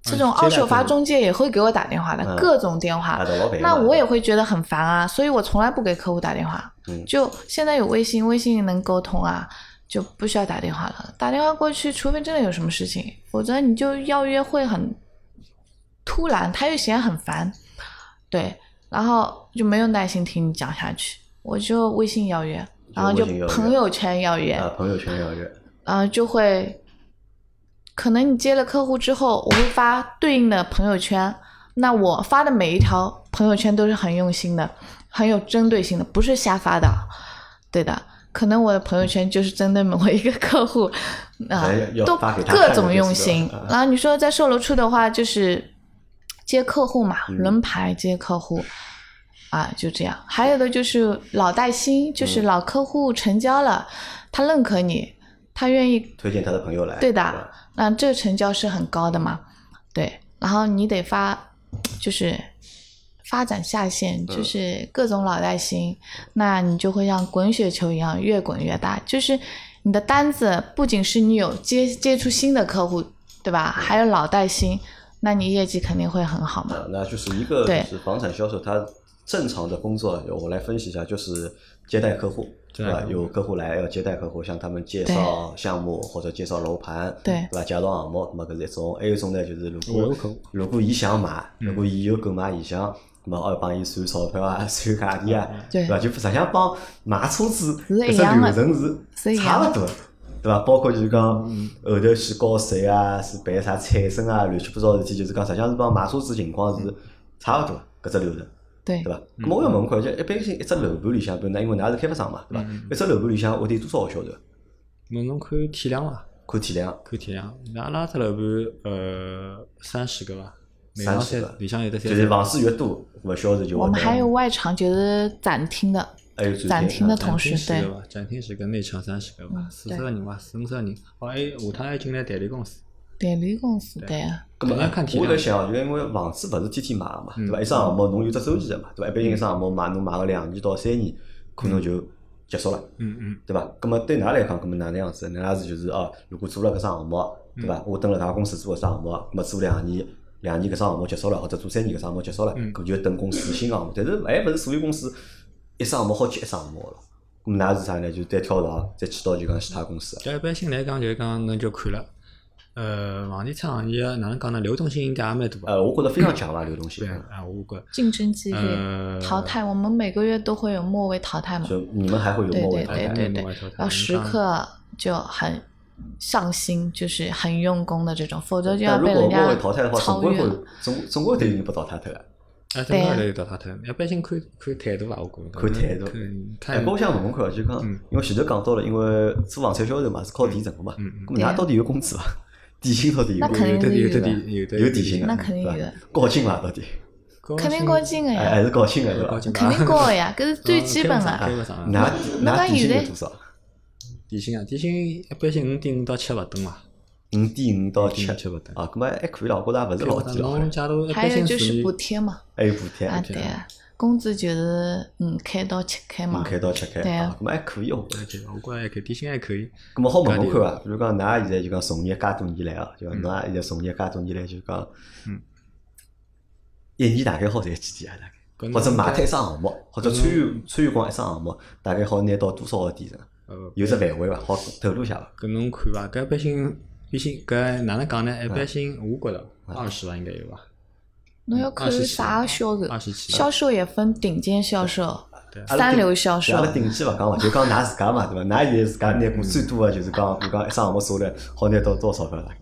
S3: 这种二手房中介也会给我打电话的
S1: 嗯，
S3: 各种电
S1: 啊，
S3: 话，
S1: 对老板。
S3: 那我也会觉得很烦啊，所以我从来不给客户打电话
S1: 嗯。
S3: 就现在有微信，微信能沟通啊，就不需要打电话了。打电话过去，除非真的有什么事情，否则你就邀约会很突然，他又嫌很烦，对，然后就没有耐心听你讲下去，我就微信邀约，然后就
S1: 微信邀约
S3: 朋友圈邀约，
S1: 啊，朋友圈邀约。
S3: 嗯、就会，可能你接了客户之后，我会发对应的朋友圈。那我发的每一条朋友圈都是很用心的，很有针对性的，不是瞎发的。对的，可能我的朋友圈就是针对某一个客户，啊、
S1: 哎要
S3: 都
S1: 发给他
S3: 各
S1: 看就
S3: 种用
S1: 知道
S3: 心
S1: 了啊。
S3: 然后你说在售楼处的话，就是接客户嘛，
S1: 嗯
S3: 轮排接客户。啊，就这样。还有的就是老带新，
S1: 嗯
S3: 就是老客户成交了，他认可你，他愿意，
S1: 推荐他的朋友来，
S3: 对的
S1: 吧
S3: 那这个成交是很高的嘛？对，然后你得发，就是发展下限，就是各种脑袋型，那你就会像滚雪球一样越滚越大。就是你的单子不仅是你有接接触新的客户，对吧？还有脑袋新，那你业绩肯定会很好嘛。
S1: 呃那就是一个
S3: 对
S1: 就是房产销售，他正常的工作，我来分析一下，就是接待客户，
S2: 接
S1: 对
S2: 待客
S1: 吧？
S2: 户
S1: 有客户来要接待客户，向他们介绍项目或者介绍楼盘，
S3: 对
S1: 对吧？介绍项目，那么搿是一种，还有一种呢，就是如
S2: 我有
S1: 果
S2: 客户嗯
S1: 如果伊想买，如果伊有购买意向。那么我要帮伊算钞票啊， 算价钿啊，
S3: 对
S1: 对吧？就实际上帮买车子
S3: 是
S1: 搿
S3: 一
S1: 只
S3: 样
S1: 流
S3: 的
S1: 程
S3: 是
S1: 是
S3: 一
S1: 差
S3: 样
S1: 勿多的，对伐？包括就是讲嗯后头去交税啊，是办啥产生啊，乱七八糟的事体，就是讲实际上是帮买车子情况
S3: 嗯
S1: 是差勿多搿只流程，
S3: 对
S1: 对伐？
S3: 嗯
S1: 咾么我要问看，就一般性一只楼盘里向，比如㑚因为㑚是开发商嘛，对伐？
S3: 嗯
S1: 一只楼盘里向我得多少个销售？
S2: 那侬看体量伐？
S1: 看体量，
S2: 看体量，阿拉只楼盘呃三十个伐？每
S1: 三
S2: 趟
S1: 十
S2: 三
S1: 个
S2: 里向有的
S1: 就
S2: 三
S1: 是
S2: 十
S1: 房子越多，咾么销售就
S3: 我们
S1: 会得
S3: 还有外场，就是展厅的，
S1: 还有展
S3: 展
S1: 厅
S3: 厅
S1: 啊
S3: 的同事
S2: 十
S3: 对
S2: 个伐？展厅是跟内场三十个伐？
S3: 嗯
S2: 四
S3: 对
S2: 十个人伐？四五十个人。哦，还有下趟还进来代理公司，
S3: 电力公司对啊，
S1: 咁
S2: 搿
S1: 么哎
S2: 要看体
S1: 我
S2: 量
S1: 在想，啊就因为房子勿是天天买个嘛，对伐？
S2: 嗯
S1: 一桩项目侬有只周期个嘛，对伐？一般性一桩项目买侬买个两年到三年，可
S3: 嗯
S1: 能就结束了。
S2: 嗯嗯，
S1: 对伐？咁么对㑚来讲，咁么哪能样子？㑚也是就是哦，如果做了搿桩项目，对
S2: 嗯
S1: 伐？我等了㑚公司做搿桩项目，咁么做两年，两年搿桩项目结束了，或者做三年搿桩项目结束了，
S2: 嗯
S1: 咁就等公司新项目。但是还勿是所有公司一桩项目好接一桩项目个咯。咁么㑚是啥呢？就再跳槽，再去到就讲其他公司。
S2: 搿一般性来讲就是讲侬就看了，呃，房地产行业哪能讲呢？流动性应该也蛮大
S1: 呃，我觉着非常强伐，流动性
S2: 对。啊，我觉
S3: 竞争激烈，
S2: 呃
S3: 淘汰，我们每个月都会有末位淘汰嘛，
S1: 就你们还会有末位淘
S3: 对
S1: 汰，
S3: 对对
S2: 末位淘汰啊
S3: 要时刻就很上心，就是很用功的这种，否则就要
S1: 但如
S3: 被
S1: 果
S3: 人
S1: 末
S3: 家
S1: 位淘汰的话，总
S3: 超
S1: 归
S3: 越
S1: 会
S3: 了。
S1: 总总归会有人被淘汰脱个。
S2: 啊，
S3: 对
S2: 整个
S3: 啊
S2: 都有淘汰脱。一般性看看态度伐，我觉
S1: 看态度哎，
S2: 看
S1: 不过我想问问看哦，就讲
S2: 嗯，
S1: 因为前头讲到了，因为做房产销售嘛是靠提成的嘛，
S2: 嗯嗯
S1: 咁㑚到底有工资伐？ 底薪到底有
S3: 那肯定
S2: 有的
S3: 是
S2: 有的
S3: 有的
S2: 底有的
S1: 有底薪啊
S3: 那肯定有
S1: 对
S3: 的
S1: 伐高薪伐？到底
S3: 肯定高
S2: 进
S3: 进的
S1: 还还
S3: 呀，
S1: 是高薪个啊对
S2: 高啊
S1: 伐？
S2: 进
S3: 肯定高 的呀，搿是最
S2: 嗯
S3: 基
S2: 开
S3: 本啊
S2: 勿上开
S1: 啊
S3: 的。
S2: 勿上
S1: 㑚
S3: 那
S1: 㑚底薪
S3: 现在
S1: 有多少？
S2: 啊底薪啊，底薪一般性五点五到七勿等嘛，
S1: 五点五到
S2: 五
S1: 七
S2: 点七勿等。
S1: 啊，咁么还可以啦，我觉着也勿是
S2: 开勿
S1: 老
S2: 上
S1: 低了好
S2: 侬
S1: 像，
S2: 假如一
S3: 还
S2: 般
S3: 有
S2: 性
S3: 就是补
S2: 属于
S3: 贴嘛，
S1: 还有补贴，
S3: 啊对啊，工资就是五开到七开
S1: 五
S3: 嘛，
S1: 开到七开，
S3: 对
S1: 啊
S3: 啊，
S1: 咁么还可以哦。
S2: 还可以，我觉着还可以，底薪还可以。
S1: 咁么好问问看伐？比如讲，㑚现在就讲从业介多年来啊，就讲㑚现在从业介多年来就讲
S2: 嗯，
S1: 一年大概好赚几钿啊？大概？
S2: 搿
S1: 或者
S2: 侬
S1: 买
S2: 应
S1: 脱
S2: 该
S1: 一桩项目，或者参与参与光一桩项目，大概好拿到多少个提成？
S2: 呃
S1: 有只范围伐？好透露一下伐？
S2: 搿侬看伐？搿一般性，毕竟搿哪能讲
S1: 啊
S2: 呢？一般性，我觉着二十万应该有伐？
S3: 侬
S1: 嗯
S3: 要看
S2: 27
S3: 啥销售
S2: 二，十七。
S3: 销售也分顶尖销售
S2: 对、
S1: 阿拉
S3: 三
S1: 顶
S3: 流销售
S1: 阿，拉顶级勿讲伐，就讲㑚自家嘛，对伐？㑚现在自家拿过最多个就是讲，比如讲一桩项目下来，好拿到多少钞票大概？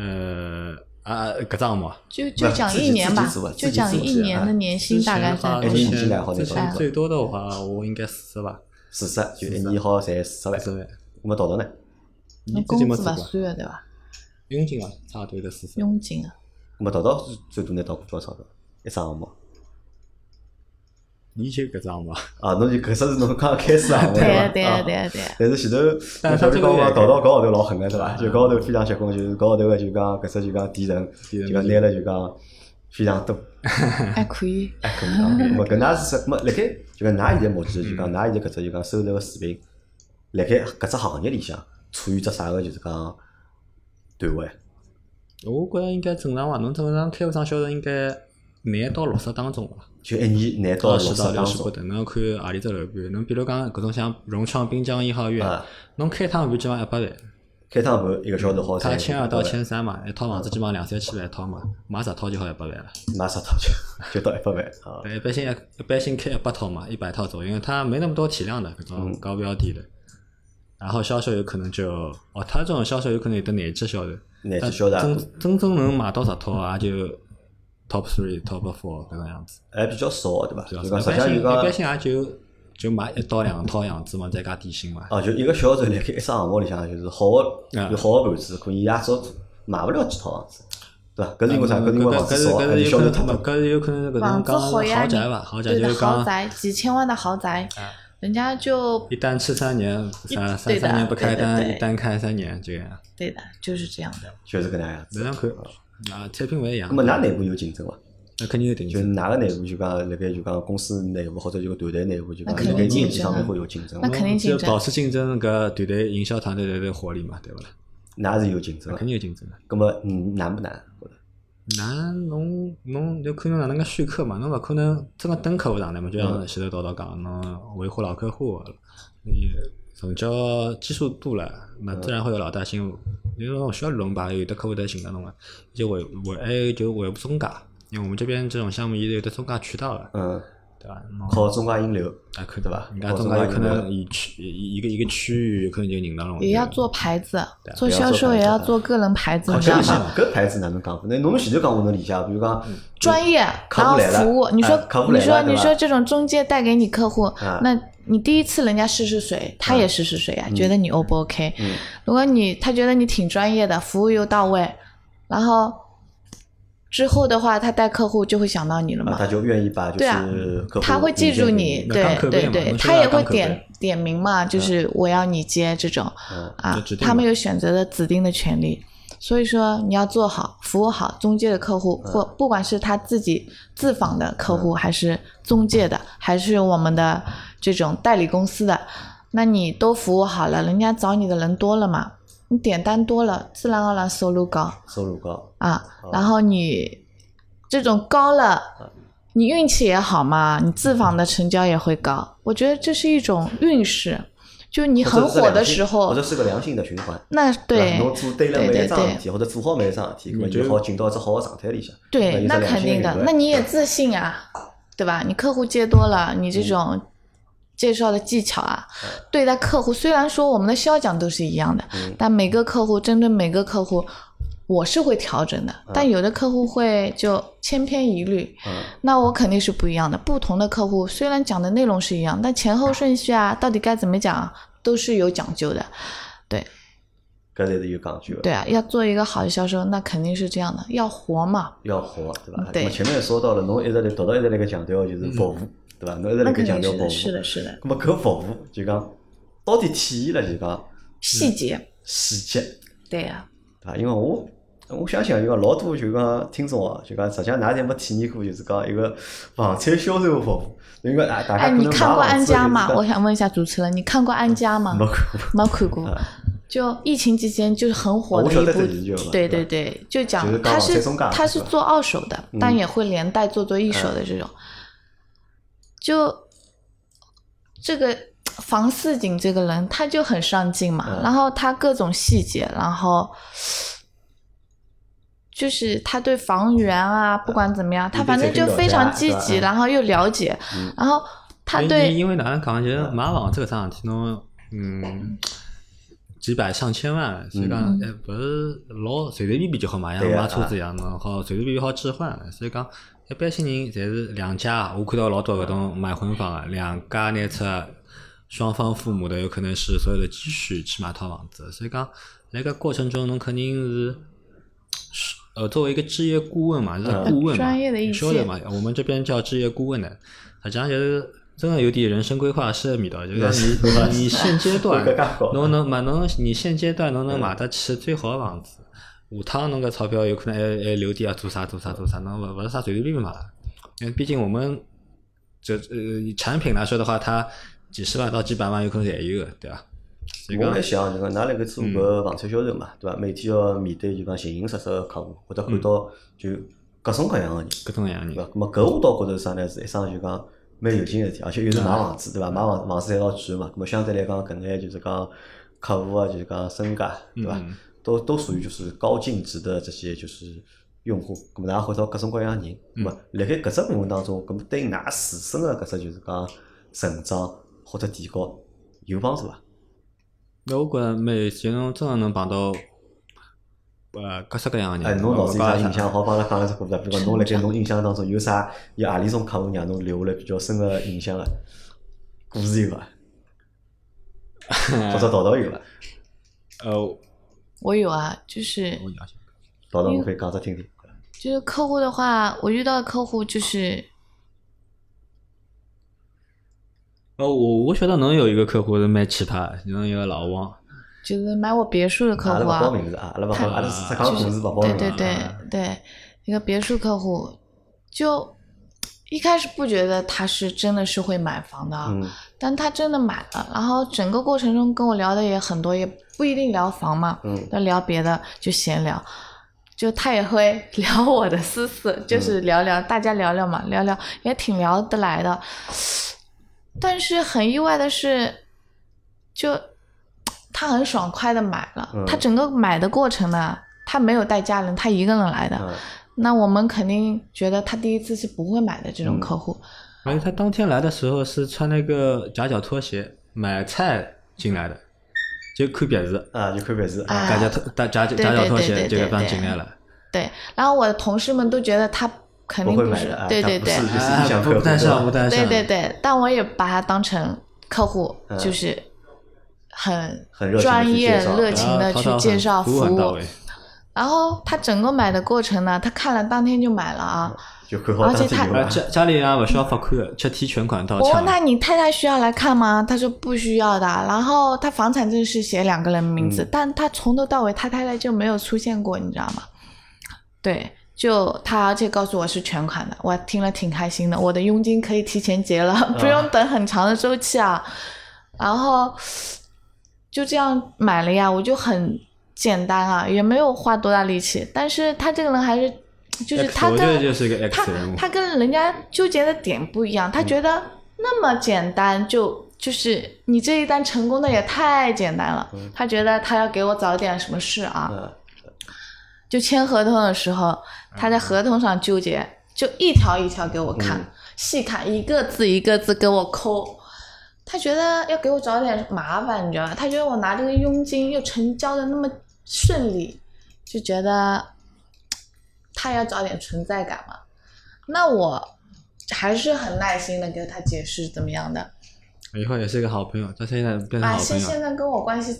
S2: 呃啊，搿只项目啊，
S3: 就就
S1: 不
S3: 讲
S1: 自己
S3: 一年吧
S1: 自己做啊，
S3: 就
S1: 自己
S3: 讲
S1: 做
S3: 一
S1: 是
S3: 年
S1: 啊
S3: 的年薪大概在
S1: 一
S3: 多
S1: 年
S3: 少？
S1: 进来好
S2: 之
S1: 像
S2: 前
S3: 是
S2: 最多的话，我应该四十吧，
S1: 四十，就一年好赚四十万
S2: 四。十万。
S1: 我们淘淘呢？
S2: 你
S3: 侬
S2: 最近
S3: 工
S2: 没
S3: 资
S2: 做
S3: 勿
S1: 啊
S2: 过？
S3: 算的对伐？
S2: 佣金啊，差不多得四十。
S3: 佣金啊，
S1: 我们淘淘最多拿到过多少钞票？一桩项目
S2: 你就搿只项目啊，
S1: 啊，侬就搿只是侬刚开始项目
S3: 对
S1: 伐
S3: 啊？对啊对啊对啊，
S1: 但是前头，
S2: 但是
S1: 小
S2: 他
S1: 明
S2: 这
S1: 刚刚
S2: 个月
S1: 淘到高号头老狠个对伐？
S2: 啊
S1: 就高号头非常结棍，就是高号头个就讲搿只就讲提成，
S2: 提成
S1: 就讲拿了就讲非常多，
S3: 还可以。
S1: 还可以啊。那么搿㑚是什么？辣盖就讲㑚现在目前就
S2: 嗯
S1: 讲㑚现在搿只就讲收入个水平，辣盖搿只行业里向处于只啥个就是讲段位？
S2: 我觉着应该正常伐？侬正常开发商销售应该廿到六十当中伐？
S1: 就一年拿到
S2: 二
S1: 六
S2: 哦十
S1: 十
S2: 到
S1: 当
S2: 六十不
S1: 中
S2: 等。侬要看何里只楼盘？侬比如讲搿种像融创滨江颐好园
S1: 啊，
S2: 侬开趟盘基本上一百万，
S1: 开趟盘一个小时好
S2: 它
S1: 赚
S2: 千二到
S1: 100万
S2: 千三嘛，一套房子基本上两三千万一套嘛，买十套就好一百万了。
S1: 买十套就就到一百万啊。
S2: 对，一般性一般性开一百套嘛，一百套左右，因为它没那么多体量的，搿
S1: 嗯
S2: 种高标的的。然后销售有可能就哦，它这种销售有可能有的廿几销售，
S1: 廿
S2: 但
S1: 几销售啊
S2: 真真正能买到十套啊，就 top three、top four 搿种样子。
S1: 还比较少对伐？
S2: 对
S1: 就讲
S2: 吧一
S1: 实际上就
S2: 般性一
S1: 讲
S2: 般性也就就买一到两套样子嘛，再加底薪嘛。
S1: 啊，就一个小时辣盖一桩项目里向，就是好个
S2: 啊
S1: 有好个盘子，可以压缩买勿了几套房子，对伐？搿是因为啥？搿是因为房
S2: 搿
S1: 子
S2: 是
S1: 少，
S2: 嗯搿
S1: 而且
S2: 是有
S1: 销
S2: 可
S1: 售
S2: 能
S1: 太多。
S2: 搿是有可能搿种
S3: 房子
S2: 讲
S3: 好呀，
S2: 豪
S3: 你
S2: 宅伐？豪宅
S3: 对
S2: 就
S3: 的
S2: 是哎
S3: 豪
S2: 讲
S3: 宅几千万的豪宅，人家就
S2: 一单吃三年，三三
S3: 对的
S2: 三年不开
S3: 对的
S2: 单，
S3: 对
S2: 一单开三年这个样。
S3: 对的，就是这样的。
S1: 就是搿能样
S2: 能
S3: 嗯
S1: 子。
S2: 量看啊，产品勿一样
S1: 那。么，㑚内部有竞争伐？
S2: 那肯定有定
S1: 就
S2: 制。
S1: 哪个内部就讲，辣盖就讲公司内部或者就团队内部就讲，
S3: 那
S1: 辣
S3: 肯定
S1: 盖
S3: 竞
S1: 人际
S3: 争
S1: 上面
S3: 啊
S1: 会有竞争
S3: 那
S1: 嘛，
S3: 肯定竞
S2: 就
S3: 争
S2: 保持竞争，搿团队营销团队才才活力嘛，对勿啦？
S1: 哪是有竞争
S2: 那
S1: 的
S2: 肯。定有竞争的。
S1: 咁么嗯难不难？
S2: 难，侬侬就看侬哪能介选客嘛，侬勿可能真个等客户上来嘛，就像前头叨叨讲，侬维护老客户，你成交基数多了，那自然会有老大新。你说侬需要龙吧，有的客户在寻到侬个，就维维还有就维护中介，因为我们这边这种项目现在有的中介渠道了，
S1: 嗯，
S2: 对伐？侬
S1: 靠中介引流，
S2: 啊，可以
S1: 对吧
S2: 人家
S1: 靠
S2: 中
S1: 中
S2: 介
S1: 介
S2: 有可
S1: 引流
S2: 能以区一一个一个区域有可能就引到侬。
S3: 也要做牌子
S2: 对啊，
S3: 做
S1: 也要
S3: 销
S1: 做
S3: 售
S1: 牌
S3: 也
S1: 子
S3: 要
S1: 的
S3: 做个人牌子，
S1: 好
S3: 你知
S1: 像
S3: 道
S1: 是
S3: 吗？
S1: 搿牌子哪能讲？那侬们前头讲我能理解，啊比如讲
S3: 专业，
S1: 客
S3: 然
S1: 户
S3: 后
S1: 来了
S3: 服务。你说
S1: 哎客户，
S3: 你
S1: 来了
S3: 说，
S1: 对
S3: 你
S1: 吧
S3: 说这种中介带给你客户
S1: 啊，
S3: 那你第一次人家试试水，他也试试水呀，觉得你 O 不 OK？
S1: 嗯
S3: 如果你他觉得你挺专业的，服务又到位，然后之后的话，他带客户就会想到你了
S1: 啊，
S3: 嘛
S1: 他，就愿意把就
S3: 对啊
S1: 是客户
S3: 他会记住
S1: 引荐给
S3: 你，
S2: 那
S3: 对
S2: 当客
S3: 对
S2: 户嘛
S3: 对
S2: 那，是
S3: 他
S2: 要
S3: 也会
S2: 当客户
S3: 点点名嘛，就是我要你接这种
S1: 嗯
S3: 啊
S2: 就指，定
S3: 他们
S2: 嘛
S3: 有选择的指定的权利。所以说，你要做好服务好中介的客户，
S2: 嗯
S3: 或不管是他自己自访的客户，还是中介的，还是我们的这种代理公司的，那你都服务好了，人家找你的人多了嘛，你点单多了，自然而然收入高
S1: 收入高，
S3: 啊。然后你这种高了，你运气也好嘛，你自访的成交也会高。我觉得这是一种运势，就你
S1: 或者
S3: 很
S1: 是
S3: 火的
S1: 良性
S3: 时
S1: 或
S3: 候
S1: 者，是个良性的循环。
S3: 那
S1: 吧
S3: 对
S1: 侬做对了每一
S3: 对
S1: 桩
S3: 对
S1: 事体，或者做好每一桩事体，搿么
S2: 你就
S1: 就好进到一只好个状态里向。
S3: 对，
S1: 那
S3: 那
S1: 有这两
S3: 肯
S1: 性
S3: 定的
S1: 对，
S3: 那你也自信啊，对吧？你客户接多了，你这种介绍的技巧啊，对待客户，虽然说我们的销讲都是一样的，
S1: 嗯
S3: 但每个客户针对每个客户，我是会调整的，但有的客户会就千篇一律，
S1: 嗯，
S3: 那我肯定是不一样的。不同的客户虽然讲的内容是一样，但前后顺序啊，到底该怎么讲啊，都是有讲究的。对
S1: 搿才是有讲究的，
S3: 对啊，要做一个好的销售，那肯定是这样的，要活嘛。
S1: 要好，对伐？
S3: 嗯对嗯
S1: 咾么前面也说到了，侬一直在读到一直辣盖强调就是服务，对伐？侬一直辣
S3: 那
S1: 盖
S3: 肯
S1: 强
S3: 定
S1: 调服务，
S3: 是的，是的，是的，
S1: 咁么搿服务就讲到底体现了就讲
S3: 细节，
S1: 细节，
S3: 对啊呀、
S1: 对伐？因为我我相信啊，就讲老多就讲听众哦，就讲实际上㑚侪没体验过，就是讲一个房产销售服务。因为大大家
S3: 哎，
S1: 可能
S3: 你看过
S1: 买房
S3: 安
S1: 子
S3: 家吗
S1: 就？
S3: 我
S1: 是
S3: 想问一下主持人，你看过安家吗
S1: 讲没？看过。
S3: 没看过。
S1: 嗯
S3: 就疫情期间就是很
S1: 我
S3: 火的
S1: 晓
S3: 一
S1: 得
S3: 部
S1: 这研究嘛，
S3: 对
S1: 对
S3: 对
S1: 吧
S3: 对，就讲
S1: 就是刚
S3: 他
S1: 好在
S3: 是
S1: 中港
S3: 他
S1: 是
S3: 是
S1: 吧嗯
S3: 做二手的，但也会连带做做一手的这种。就这个房似锦这个人，他就很上进嘛，
S1: 嗯
S3: 然后他各种细节，然后就是他对房源啊，不管怎么样，他
S1: 你
S3: 反
S1: 嗯对
S3: 正
S1: 这
S3: 就
S1: 个
S3: 非
S1: 了
S3: 常
S1: 解
S3: 积
S1: 啊
S3: 极，
S1: 对吧嗯
S3: 然后又了解，然后他
S2: 因
S3: 对
S2: 哎因为哪能讲，就是买房子搿桩事体，侬嗯几百上千万，所以讲
S3: 嗯
S2: 还勿是老随随便便就好买，像
S1: 对啊
S2: 买车子一样，侬好随随便便好置换。所以讲，一般性人侪是两家，我看到老多搿种买婚房的，两家拿出双方父母的有可能是所有的积蓄去买套房子，所以讲辣搿过程中侬肯定是。是呃，作为一个置业顾问嘛，就是
S1: 嗯
S2: 顾问嘛，
S3: 专业的意
S2: 晓得
S3: 见
S2: 嘛，我们这边叫置业顾问的，实际上就是真的有点人生规划师的味道，就是 讲你你现阶段
S1: 搿介高
S2: 侬能买侬你现阶段侬能买得起最好的房子，下趟侬搿钞票有可能还还留点啊，做啥做啥做啥，侬勿勿是啥随随便便买了，因为毕竟我们就呃产品来说的话，它几十万到几百万有可能侪有的，对伐？所以
S1: 我
S2: 讲
S1: 在想，就讲，㑚辣盖做搿房产销售嘛，对伐？每天要面对就讲形形色色个客户，或者看到就各种各样个人，
S2: 各种各样的
S1: 对
S2: 人，
S1: 伐？咁么搿我倒觉着啥呢？是一桩就讲蛮有劲个事体，而且又是买房子，对伐？买房房子还老贵嘛，咁么相对来讲，搿眼就是讲客户啊，就是讲身价，对伐？
S2: 嗯
S1: 都都属于就是高净值的这些就是用户，咁么㑚会到各种各样的人，咁么辣盖搿只部分当中，咁么对㑚自身个搿只就是讲成长或者提高有帮助伐？
S2: 那我觉着蛮有劲，侬真的能碰到呃各式各样的
S1: 哎，
S2: 人，
S1: 侬脑子里
S2: 啥
S1: 向印 象好，帮阿拉讲一只股票，比如讲侬辣盖侬印象当中有啥有何里种客户让侬留下来比较深个印象个故事有伐？或者道道有伐？
S2: 呃，我
S3: 我有啊，就是
S2: 我想想
S1: 道道我可以讲只听听。
S3: 就是客户的话，我遇到的客户就是
S2: 哦，我我晓得侬有一个客户是蛮奇葩的，侬有个老王，
S3: 就是买我别墅的客
S1: 阿拉
S3: 户
S1: 勿报
S3: 啊，
S1: 名字啊，阿拉勿好，阿拉只讲
S3: 就
S1: 故
S3: 是
S1: 事勿报
S3: 对
S1: 名字。
S3: 对对对，一个别墅客户，就一开始不觉得他是真的是会买房的，
S1: 嗯
S3: 但他真的买了，然后整个过程中跟我聊的也很多，也不一定聊房嘛，
S1: 嗯
S3: 那聊别的就闲聊，就他也会 聊我的私事，
S1: 嗯
S3: 就是聊聊、大家聊聊嘛，聊聊也挺聊得来的。但是很意外的是，就他很爽快的买了，
S1: 嗯
S3: 他整个买的过程呢，他没有带家人，他一个人来的。
S1: 嗯
S3: 那我们肯定觉得他第一次是不会买的这
S1: 嗯
S3: 种客户，
S2: 而且他当天来的时候是穿那个夹脚拖鞋买菜进来的，就看别子，
S1: 啊，就看电视，
S3: 啊
S2: 夹脚拖夹夹
S3: 对
S2: 夹脚拖
S3: 对对
S2: 鞋
S3: 对
S2: 就给
S3: 对
S2: 搬
S3: 对
S2: 进来了。
S3: 对。然后我的同事们都觉得他肯定
S1: 不会
S3: 不
S1: 买
S3: 是，
S1: 的啊，
S3: 对
S1: 他
S3: 对
S1: 不
S3: 对，
S1: 是就是
S2: 啊
S1: 意向客户
S2: 不单向，不单向，
S3: 对对对，
S1: 嗯
S3: 但我也把他当成客户，就是很
S1: 很热情地
S3: 专
S1: 去介
S3: 业、
S1: 绍
S3: 热
S1: 对
S3: 情
S2: 啊
S3: 的
S2: 淘
S3: 去
S2: 淘
S3: 介
S2: 很
S3: 绍
S2: 服务很到位
S3: 然后他整个买的过程呢，他看了当天就买了啊。
S1: 就看好当地
S3: 而且他
S1: 有
S2: 啊，
S1: 啊
S2: 家家里人也勿需要罚款，七天全款到
S3: 我
S2: 账
S3: 问。他你太太需要来看吗？他说不需要的。然后他房产证是写两个人名字，
S1: 嗯
S3: 但他从头到尾他太太就没有出现过，你知道吗？对，就他而且告诉我是全款的，我听了挺开心的，我的佣金可以提前结了，不用等很长的周期啊。然后就这样买了呀，我就很简单啊，也没有花多大力气。但是他这个人还是，就是他
S2: 我觉得
S3: 跟
S2: 就是一个 X
S3: 他
S2: 人物，嗯
S3: 他跟人家纠结的点不一样，他觉得那么简单就。就是你这一单成功的也太简单了，
S2: 嗯
S3: 他觉得他要给我找点什么事啊，
S1: 嗯
S3: 就签合同的时候，他
S2: 嗯
S3: 在合同上纠结，就一条一条给我看，
S1: 嗯
S3: 细看一个字一个字给我抠。他觉得要给我找点麻烦，你知道吧？他觉得我拿这个佣金又成交的那么顺利，就觉得他要找点存在感嘛。那我还是很耐心的给他解释怎么样的，
S2: 以后也是一个好朋友，他现在变成
S3: 啊，
S2: 好
S3: 现
S2: 朋友
S3: 现。在跟我关系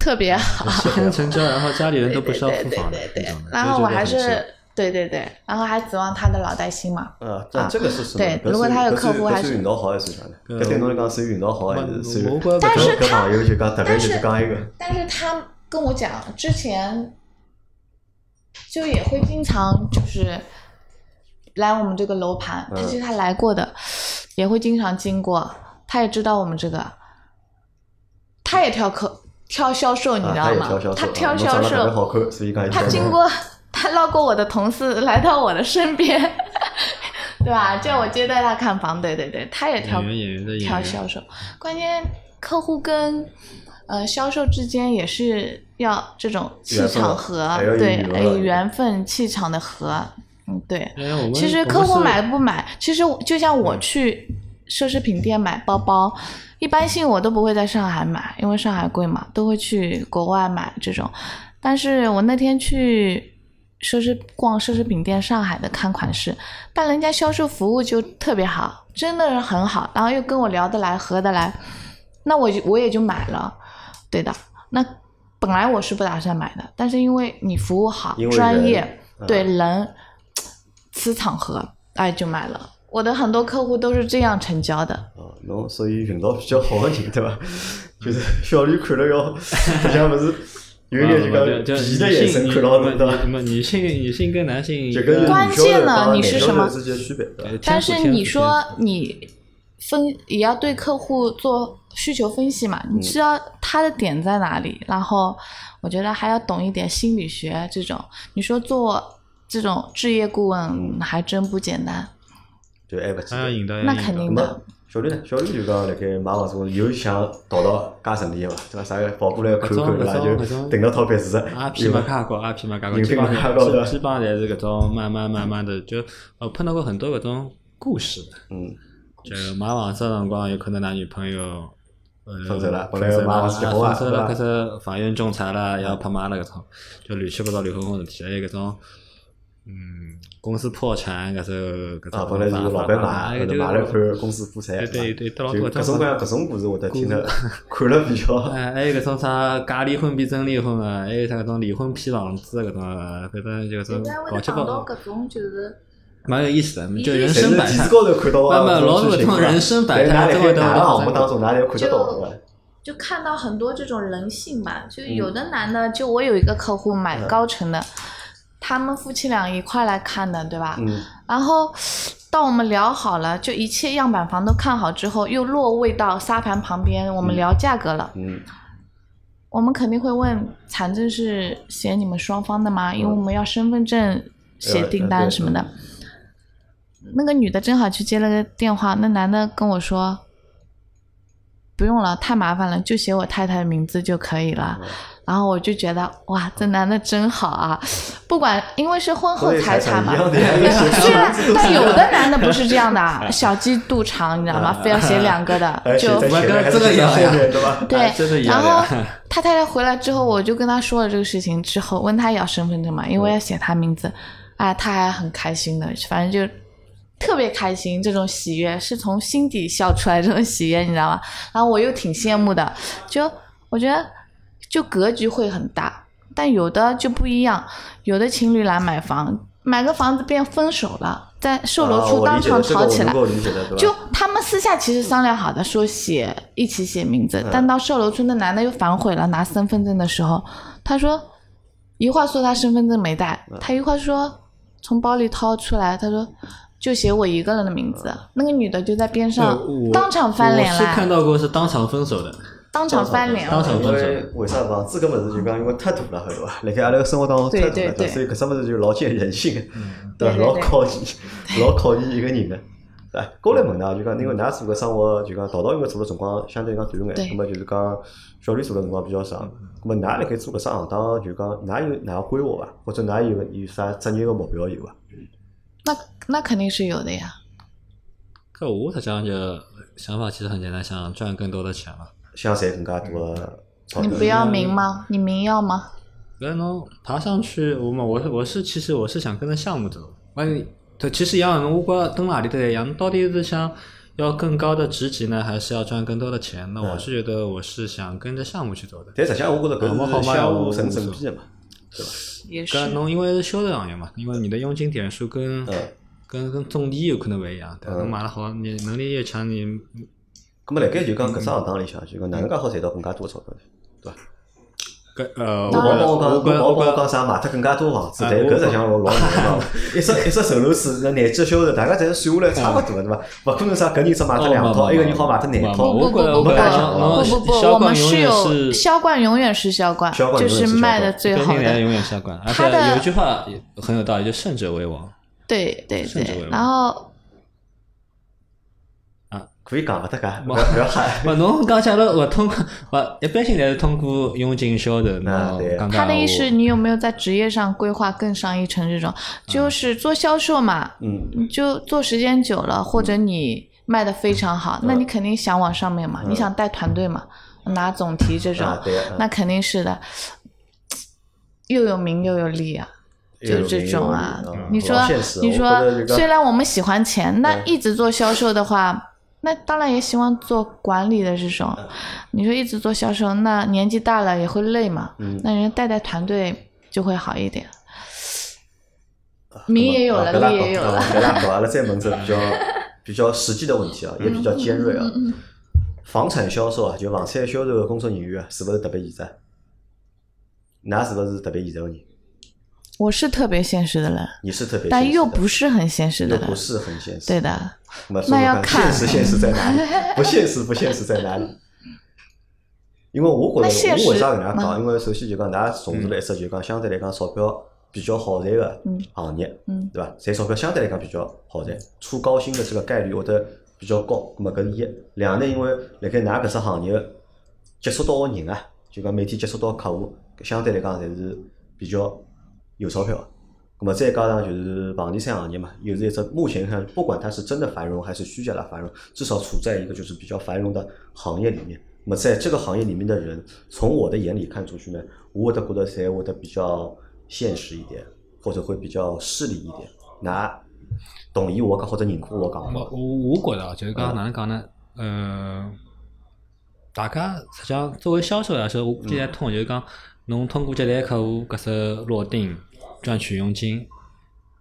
S3: 特别好。
S2: 七天成交，然后家里人都不需要
S3: 对
S2: 付
S3: 对
S2: 房的那
S3: 对对对
S2: 种的，
S3: 然后我还
S2: 就觉得很值
S3: 是对对对，然后还指望他的脑袋新嘛。
S1: 啊，但
S3: 啊
S1: 这个是什么？
S3: 对
S1: 搿
S3: 如果
S1: 是
S3: 他有
S1: 搿
S3: 客户
S1: 搿
S3: 还
S1: 是
S3: 是
S1: 运道好还是啥呢？
S2: 呃
S1: 搿对侬来讲是运道好还是
S2: 我
S1: 是
S2: 嗯我觉得
S3: 但是
S1: 搿朋友就讲特别就是讲一个，
S3: 但是他跟我讲，之前就也会经常就是来我们这个楼盘，
S1: 嗯
S3: 但是他来过的，也会经常经过，他也知道我们这个，他也挑客挑销售，你
S1: 啊
S3: 知
S1: 他
S3: 道
S1: 也
S3: 吗
S1: 挑销售，？
S3: 他
S1: 啊
S3: 挑
S1: 侬
S3: 销
S1: 长得特别好
S3: 售，
S1: 看，所以讲伊
S3: 他
S1: 挑
S3: 经
S1: 销
S3: 过他绕过我的同事，来到我的身边， 对吧？叫我接待他看房，对对对，他也挑
S2: 演员演员的演
S3: 挑
S2: 员，
S3: 销售，
S1: 嗯
S3: 关键客户跟呃销售之间也是要这种气
S1: 缘分
S3: 场
S1: 了
S3: 和
S1: 还要有
S3: 对
S1: 缘
S3: 哎
S1: 了
S3: 缘分气场的和，嗯对。
S2: 因为啊我们
S3: 其实
S2: 我们
S3: 客户
S2: 是嗯
S3: 买不买，其实我就像我去奢侈品店买包包，一般性我都不会在上海买，因为上海贵嘛，都会去国外买这种。但是我那天去奢侈逛奢侈品店，上海的看款式，但人家销售服务就特别好，真的是很好，然后又跟我聊得来、合得来，那我就我也就买了，对的。那本来我是不打算买的，但是因为你服务好
S1: 因、为
S3: 专
S1: 人
S3: 业，
S1: 嗯
S3: 对人磁场合，哎，就买了。我的很多客户都是这样成交的，
S1: 哦，侬属于运道比较好的人对伐？就是小李看了要，好像勿是有一眼就
S2: 啊
S1: 讲
S2: 就
S1: 鄙夷的眼神看牢侬对伐？
S2: 那么女性女性跟男性呃
S1: 就跟
S3: 关键呢你是什么
S1: 之间区别对伐？
S3: 但是你说你分也要对客户做需求分析嘛，你知道他的点在哪里，然后我觉得还要懂一点心理学这种。你说做这种置业顾问还真不简单，
S1: 就还勿简
S2: 还要
S1: 单。
S2: 引导，
S3: 那肯定的
S1: 么。小李呢？小李就讲辣盖买房子辰光有想逃到加顺利个伐？对伐？啥个跑过来看看对伐？
S2: 搿种搿
S1: 就
S2: 种
S1: 订了套别墅的，
S2: 阿 P
S1: 对
S2: 啊嘛
S1: 伐？
S2: 卡高，阿 P 嘛卡高，
S1: 引
S2: 基
S1: 进
S2: 本
S1: 嘛卡高
S2: 上
S1: 的
S2: 基本上侪是搿种慢慢慢慢的，就呃碰到过很多搿种故事的。
S1: 嗯，
S2: 就买房子的辰光，有可能男女朋友呃
S1: 分手了本来
S2: 分手
S1: 买房
S2: 了，
S1: 子结婚了
S2: 啊分手了，
S1: 对
S2: 开始法院仲裁了，也要拍卖了搿种，就乱七八糟乱哄哄的事体，还有搿种。嗯，公司破产，搿种搿种
S1: 啊，本来就是老板买，
S2: 搿
S1: 后头买了看公司破产，
S2: 对对
S1: 对
S2: 对，到
S1: 伐，
S2: 老
S1: 就
S2: 头
S1: 各种各样各种故事，我都听了 看了比较。
S2: 哎，还有搿种啥假离婚变真离婚啊，还有啥搿种离婚骗房子搿种啊，反正就搿种搞七八糟，
S3: 种就是
S2: 蛮有意思的，就
S1: 但
S2: 人
S1: 是
S2: 生百
S1: 电视
S2: 态。
S1: 高头看到
S2: 慢慢老
S1: 是
S2: 是
S1: 情
S2: 从人生百态
S1: 哪
S2: 最
S1: 里看
S2: 后都
S1: 哪个
S2: 会发
S1: 项目
S2: 生
S1: 当中哪里看得到
S3: 就
S1: 的？
S3: 就看到很多这种人性吧，就有的男的，就我有一个客户买高层的，他们夫妻俩一块来看的，对吧？
S1: 嗯
S3: 然后当我们聊好了，就一切样板房都看好之后，又落位到沙盘旁边，我们聊价格了。
S1: 嗯
S3: 我们肯定会问产证是写你们双方的吗？因为我们要身份证写
S1: 呃
S3: 订单什么的。
S1: 嗯
S3: 那个女的正好去接了个电话，那男的跟我说：“不用了，太麻烦了，就写我太太的名字就可以了。
S1: 嗯
S3: 然后我就觉得哇，这男的真好啊！不管因为是婚后财产嘛，
S1: 婚内财产一样的呀
S3: 虽然但有的男的不是这样 的啊，小鸡肚肠，你知道吗？非要写两个的
S1: 而，且
S3: 就
S1: 在前面还是
S2: 这个
S1: 嗯哎写在
S2: 也好
S1: 后
S2: 呀
S1: 面对吧？
S3: 对，
S2: 哎这是一
S3: 然
S2: 样的
S3: 后
S2: 呀
S3: 他太太回来之后，我就跟他说了这个事情之后，问他要身份
S1: 嗯
S3: 证嘛，因为要写他名字，哎，他还很开心的，反正就特别开心，这种喜悦是从心底笑出来，这种喜悦你知道吗？然后我又挺羡慕的，就我觉得就格局会很大，但有的就不一样，有的情侣来买房，买个房子便分手了，在售楼
S1: 啊
S3: 处
S1: 我
S3: 当
S1: 理解的
S3: 场
S1: 这个
S3: 吵
S1: 我
S3: 起来。
S1: 能够理解的，对吧？
S3: 就他们私下其实商量好的，说写一起写名字，但到售楼处那男的又反悔了，拿身份证的时候，他说一话说他身份证没带，他一话说从包里掏出来，他说就写我一个人的名字，那个女的就在边上
S2: 我
S3: 当场翻脸
S2: 我是看
S3: 啦，
S2: 到过是当场分手的，
S3: 当场翻脸
S2: 当
S3: 了。
S2: 场
S1: 因
S2: 分
S1: 为
S2: 手。
S1: 为啥房子搿物事就讲，因为太大了，对伐？辣盖阿拉个生活当中太大
S3: 对对
S1: 了，
S3: 对
S1: 所以搿啥物事就老见人性的，对伐？
S3: 对对
S1: 老
S3: 对
S1: 考验，老考验一个人的。哎，过来问㑚，就讲因为㑚做个生活，就讲淘淘因为做个辰光相对来讲短眼，
S3: 对
S1: 那么就是讲小李做个辰光比较长。那么㑚辣盖做搿只行当，就讲㑚有㑚规划伐？或者㑚有有啥职业个目标有伐？
S3: 那那肯定是有的呀，
S2: 搿我实际上就想法其实很简单，想赚更多的钱嘛。
S1: 想赚更加多的钞
S3: 你
S1: 票。
S3: 嗯不要名吗？你名要吗？
S2: 搿侬爬上去，我们我是我是其实我是想跟着项目走，万一对其实一样的，我觉着跟阿里搭一样，侬到底是想要更高的职级呢，还是要赚更多的钱？那我是觉得我是想跟着项目去走的。
S1: 但实际上，我觉着
S2: 啊
S1: 搿
S2: 我好
S1: 是
S2: 嘛
S1: 相
S2: 我
S1: 互成
S2: 无所
S1: 正比的嘛。
S3: 也是
S2: 搿侬因为是销售行业嘛，因为你的佣金点数跟、
S1: 嗯
S2: 跟跟种地有可能勿一样，对伐？
S1: 嗯
S2: 侬买了好，你能力越强，你
S1: 咁么辣盖就讲搿只行当里向，就讲哪能介好赚到更加多的钞票呢？
S2: 搿呃，我
S1: 侬
S2: 觉
S1: 帮
S2: 得
S1: 我
S2: 我
S1: 讲，
S2: 觉得
S1: 侬
S2: 我
S1: 帮
S2: 觉
S1: 我
S2: 得
S1: 讲啥卖脱更加多房子，
S2: 哎
S1: 但
S2: 我
S1: 搿实际上老老难的。一只一只售楼处，那廿几销售，大家侪算下来差勿多的，对伐？勿可能啥搿人只卖脱两套，
S2: 哦
S1: 一个人好卖脱廿
S2: 不
S1: 套
S2: 不。
S3: 不不不
S1: 我
S3: 不
S1: 们大家
S3: 不不不，
S2: 销
S3: 我们
S2: 冠永远
S3: 有
S2: 是
S3: 销冠，永远是销冠
S1: 销，冠
S3: 就
S1: 永远是销
S3: 卖
S1: 冠
S3: 的最好
S2: 跟你俩
S3: 的。
S2: 永远下关。而
S3: 他的
S2: 且有一句话也很有道理，就胜者为王
S3: 对对
S2: 甚至为
S3: 对，
S2: 王
S3: 然后
S2: 啊。
S1: 可以讲勿搭界，勿
S2: 冇
S1: 要勿要喊。
S2: 不，侬刚讲了，我通过 我一般性侪是通过佣金销售，
S1: 啊
S2: 侬
S1: 对
S2: 刚刚
S3: 他的意
S2: 我
S3: 思，你有没有在职业上规划更上一层？这种就是做销售嘛，
S1: 嗯，
S3: 你就做时间久了，或者你卖的非常好，
S1: 嗯
S3: 那你肯定想往上面嘛，你想带团队嘛，拿总题这种
S1: 啊，对啊
S3: 那肯定是的，又有名又有利啊。就这种啊
S1: 有有有有，
S3: 你说
S1: 老现实
S3: 你
S1: 我觉得
S3: 说，
S1: 就讲
S3: 虽然我们喜欢钱，那
S1: 嗯
S3: 一直做销售的话，那当然也希望做管理的这种。
S1: 嗯
S3: 你说一直做销售，那年纪大了也会累嘛，
S1: 嗯
S3: 那人家带带团队就会好一点。
S1: 啊
S3: 名也有了，
S1: 搿拉
S3: 利也有
S1: 搞
S3: 了，
S1: 搿拉搞，阿拉再问只比较比较实际的问题啊，也比较尖锐
S3: 嗯
S1: 啊。房产销售啊，就房产销售的工作人员啊，是勿是特别现实？㑚是勿是特别现实个人？
S3: 我是特别现实的人，
S1: 你是特别现实的，
S3: 但又不是很现实的
S1: 又不
S3: 人。
S1: 是很现实。
S3: 对的，
S1: 那
S3: 那要
S1: 现
S3: 看
S1: 实现实在哪 里，不现实不现实在哪里？因为我
S3: 那
S1: 觉
S3: 现
S1: 得
S3: 实
S1: 我为啥搿能介讲？
S3: 嗯
S1: 因为首先就讲，㑚从事了一只就讲相对来讲钞票比较好赚个
S3: 嗯
S1: 行业，
S3: 嗯
S1: 对伐？赚钞票相对来讲比较好赚，出高薪的这个概率会得比较高。咁么搿是一。两呢，因为辣盖㑚搿只行业接触到个人啊，就讲每天接触到客户，相对来讲侪是比较有钞票的。咁么再加上就是房地产行业嘛，又是一只目前看，不管它是真的繁荣还是虚假的繁荣，至少处在一个就是比较繁荣的行业里面。那么在这个行业里面的人，从我的眼里看出去呢，我会得觉得侪会得比较现实一点，或者会比较势利一点。那同意我讲或者认可我讲
S2: 我
S1: 吗？
S2: 我我觉得啊就是讲哪能讲呢？呃，大家实际上作为销售来说，我估计在通就是讲，侬通过接待客户搿手落定赚取佣金，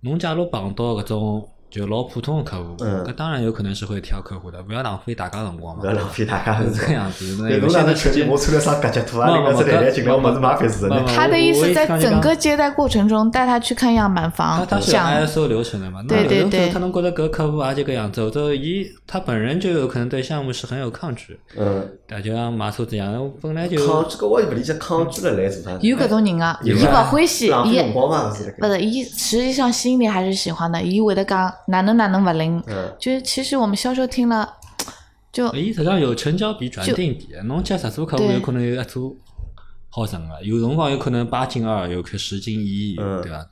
S2: 侬假如碰到搿种就老普通的客户，
S1: 嗯
S2: 搿当然有可能是会挑客户的，不要浪费大家辰光嘛
S1: 勿要。浪费大家的
S2: 啊是
S1: 辰
S2: 这
S1: 光。
S2: 样子，那
S1: 对，
S2: 有
S1: 侬哪
S2: 些
S1: 能
S2: 的
S1: 确
S2: 时
S1: 定
S2: 间
S1: 我穿了啥夹脚拖 啊？另外只来来进来，我么是买反是呢？
S3: 他的意
S2: 我
S3: 思，
S2: 我
S3: 在
S2: 我
S3: 整
S2: 我
S3: 个接待过程中，带他去看样板
S2: 他
S3: 房，
S2: 他是
S3: 这
S2: 有
S3: 样
S2: ISO 流程的嘛？
S3: 啊对对
S2: 那有的时候
S3: 对
S2: 他能觉得搿客户也就搿样子，或者伊他本人就有可能对项目是很有抗拒，
S1: 嗯，
S2: 对，就像马叔这样，我本来就
S1: 抗拒搿我也勿理解，抗拒了来做啥？
S3: 有搿种人啊，伊
S1: 有
S3: 勿
S1: 啊
S3: 欢喜，
S1: 浪费
S3: 伊
S1: 辰光嘛，是
S3: 勿
S1: 辣盖。
S3: 是伊实际上心里还是喜欢的，伊会得讲哪能哪能勿灵，
S1: 嗯，
S3: 就是其实我们销售听了就
S2: 伊实际上哎有成交比转定比，侬接十组客户
S3: 对
S2: 有可能有一组好成个，有辰光有可能八进二，有可十进一，
S1: 嗯
S2: 对伐？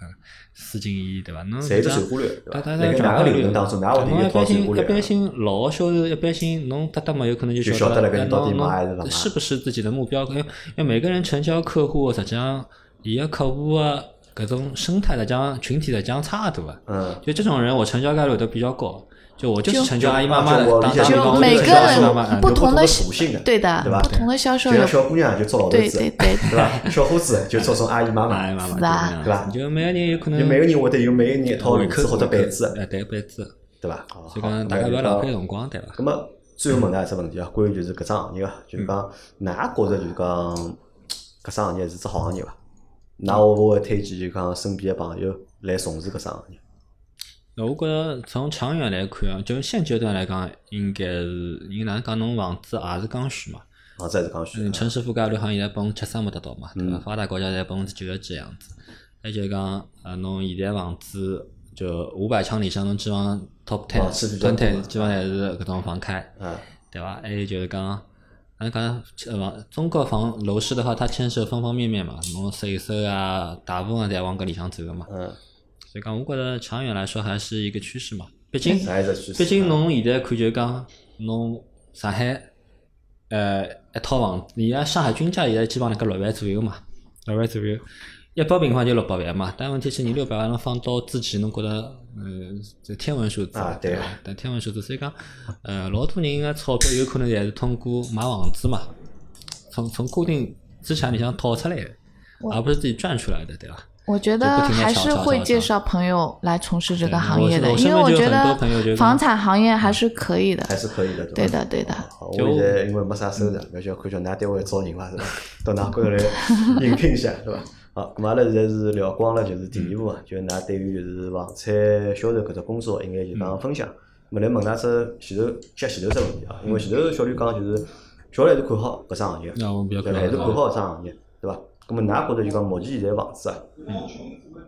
S2: 四进一，对伐？侬
S1: 侪是
S2: 讲
S1: 转化率，对
S2: 大
S1: 伐？
S2: 大
S1: 辣盖
S2: 家
S1: 哪
S2: 转
S1: 个
S2: 化
S1: 流
S2: 率
S1: 程当中，哪会得有
S2: 一
S1: 一套
S2: 般
S1: 转
S2: 性
S1: 化
S2: 一般
S1: 率？
S2: 性老销售，一般性侬搭搭嘛，有可能
S1: 就
S2: 就
S1: 晓得了搿
S2: 哎
S1: 人到底
S2: 侬
S1: 买还是勿买
S2: 侬是不是自己的目标？因为因为每个人成交客户，实际上伊个客户个搿种生态来讲，群体来讲差勿多个。
S1: 嗯，
S2: 就这种人，我成交概率都比较高。就我就是
S3: 就
S2: 成交阿姨妈妈的
S1: 就我，理
S2: 当
S1: 解
S2: 当
S1: 就
S2: 当
S1: 每
S2: 当
S1: 个
S2: 当
S1: 人
S2: 妈妈嗯
S3: 不
S1: 有
S3: 同的
S1: 属性的
S3: 对的
S1: 对吧，
S3: 不同的销售
S1: 就像
S3: 有，
S1: 小姑娘就做老头
S3: 对
S1: 子，
S3: 对对，
S1: 对伐？小伙子就做成阿姨妈
S2: 阿
S1: 妈
S2: 哎姨，妈妈
S3: 是啊
S2: 就这样
S1: 对吧
S2: 就每个人有可能
S1: 就每个人会得有每个人一套
S2: 胃
S1: 路
S2: 口
S1: 子或者
S2: 嗯胃口
S1: 板子，
S2: 哎，对板子，
S1: 对伐？
S2: 所以讲大家不要浪费辰光，对伐？
S1: 咁么最后问㑚一只问题啊，关于就是搿只行业啊，
S2: 嗯
S1: 就是讲，㑚觉着就是讲搿只行业是只好行业伐？㑚会勿会推荐就讲身边个朋友来从事搿只行业？
S2: 那我觉着从长远来看啊，就是现阶段来讲，应该是因为哪能讲，侬房子也是刚需嘛，
S1: 房子还是刚需
S2: 嗯，城市覆盖率好像现在百分之七三没得到嘛，对伐？
S1: 嗯
S2: 发达国家才百分之九十几样子，那就是讲，呃，侬现在房子就五百强里向，侬基本上 top
S1: 房子
S2: ten、
S1: 比较
S2: ten
S1: 多
S2: ten 基本上侪是搿种房开，
S1: 啊，
S2: 对伐？还有就是讲，俺讲呃房中国房楼市的话，它牵涉方方面面嘛，侬税收啊，大部分侪往搿里向走个嘛。
S1: 嗯，
S2: 所以讲，我觉着长远来说还是一个趋势嘛。毕竟，
S1: 啥还是啊趋势。
S2: 毕竟侬现在看就是讲，侬上海呃一套房，现在上海均价现在基本上辣盖六万左右嘛，六万左右。一百平方就六百万嘛，但问题是你六百万侬放到之前，侬觉得，呃，这天文数字
S1: 啊对
S2: 吧？但天文数字，所以讲，呃，老多人个钞票有可能侪是通过买房子嘛，从从固定资产里向套出来的，
S3: 我
S2: 而不是自己赚出来的，对吧？
S3: 我觉得还是会介绍朋友来从事这个行业的，
S2: 对我
S3: 因为
S2: 我
S3: 我
S2: 身边就有
S3: 觉
S2: 很多
S3: 得
S2: 朋友觉得
S3: 房产行业还是可以的
S1: 还，是可以的，
S3: 对
S1: 伐
S3: 的对的
S1: 好我现在因为没啥收入，那就看叫㑚单位招人伐，是伐？ 到㑚高头来应聘一下，对伐？ 好，咁阿拉现在是聊光了，就是第一步啊，就是㑚对于就是房产销售搿只工作应该就讲分享。咁来问㑚只前头接前头只问题啊，因为前头小吕讲就是小吕还是看好搿只行业，
S2: 那我们比较
S1: 对伐？
S2: 看好
S1: 还是
S2: 的
S1: 看好搿只行业，对伐？咁么㑚觉着就讲目前现在房子啊，介贵，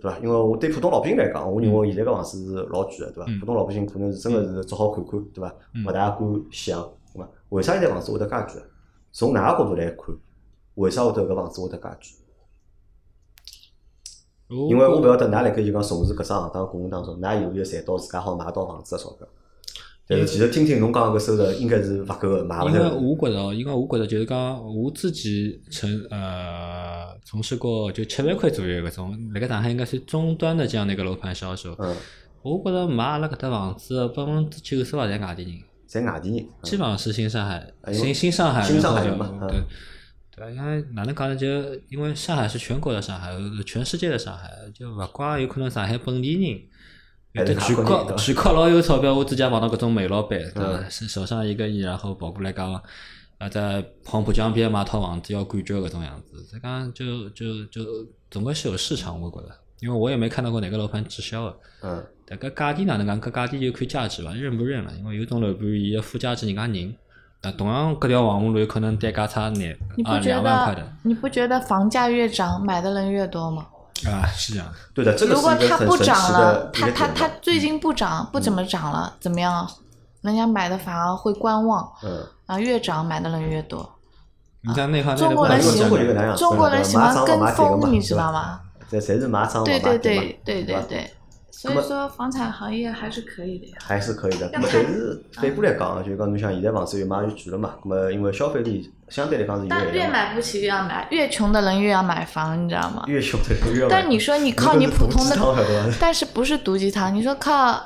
S1: 对伐？因为我对普通老百姓来讲，我认为现在个房子是老贵个，对伐？
S2: 嗯
S1: 普通老百姓可能是真个是只好看看，对伐？
S2: 嗯
S1: 勿大敢想，对伐？为啥现在房子会得介贵啊？从哪个角度来看，为啥会得搿房子会得介贵？因为我勿晓得㑚辣盖就讲从事搿只行当过程当中，㑚有没有赚到自家好买到房子个钞票？但是其实听听侬讲搿收入应该是勿够个，买勿
S2: 因为
S1: 着。
S2: 我觉着，因为我觉着就是讲，我自己从呃从事过就七万块左右搿种，辣盖上海应该是中端的这样的一个楼盘销售。
S1: 嗯，
S2: 我觉着买阿拉搿搭房子的百分之九十八侪外地人，
S1: 侪外地人。嗯
S2: 基本上是新上海，
S1: 哎呦
S2: 新新上海，
S1: 新上海
S2: 然
S1: 人
S2: 后
S1: 嘛
S2: 就
S1: 嗯
S2: 对。对，因为哪能讲呢？就因为上海是全国的上海，呃全世界的上海，就勿光有可能上海本地人，有的
S1: 还
S2: 全
S1: 是外国人
S2: 国
S1: 对吧
S2: 全国老有钞票，我之前碰到搿种煤老板，对伐？
S1: 嗯
S2: 手手上一个亿，然后跑过来讲，啊，在黄浦江边买套房子要感觉搿种样子，所以讲就就就总归是有市场，我觉得，因为我也没看到过哪个楼盘滞销的。
S1: 嗯
S2: 但搿价钿哪能讲？搿价钿就看价值伐，认不认了。因为有种楼盘，伊个附加值人家认。那同样搿条黄河路有可能单价差廿
S3: 你不
S2: 啊
S3: 觉
S2: 两万块的
S3: 得你不觉得房价越涨买的人越多吗？
S2: 啊，是这样的。
S1: 对的，这个
S3: 如
S1: 是一
S3: 果
S1: 个
S3: 它
S1: 很
S3: 不
S1: 神
S3: 涨
S1: 奇
S3: 了
S1: 的，一
S3: 它
S1: 个
S3: 它
S1: 点
S3: 它
S1: 吧嗯
S3: 最近不涨，不怎么涨了，怎么样？人家买的反而会观望
S1: 嗯。
S3: 啊，越涨买的人越多。
S2: 你像内行内
S3: 中国
S1: 那
S3: 人
S1: 因为
S3: 喜
S1: 中
S2: 讲
S1: 国有个哪样
S3: 欢，中国人喜欢跟风，你知道吗？
S1: 这侪是买涨买
S3: 对对
S1: 跌嘛
S3: 对对
S1: 对
S3: 对
S1: 吧
S3: 对，所以说房产行业还是可以的呀。
S1: 还是可以的。那么但是
S3: 嗯
S1: 反过来讲啊，就是讲侬想现在房子越买越贵了嘛，那么因为消费力相对来讲是越来
S3: 但
S1: 越
S3: 越买不起越要买，越穷的人越要买房，你知道吗？
S1: 越凶的人越要买。
S3: 但你说你靠你普通的
S1: 如果是毒鸡汤对吧
S3: 但是不是毒鸡汤？你说靠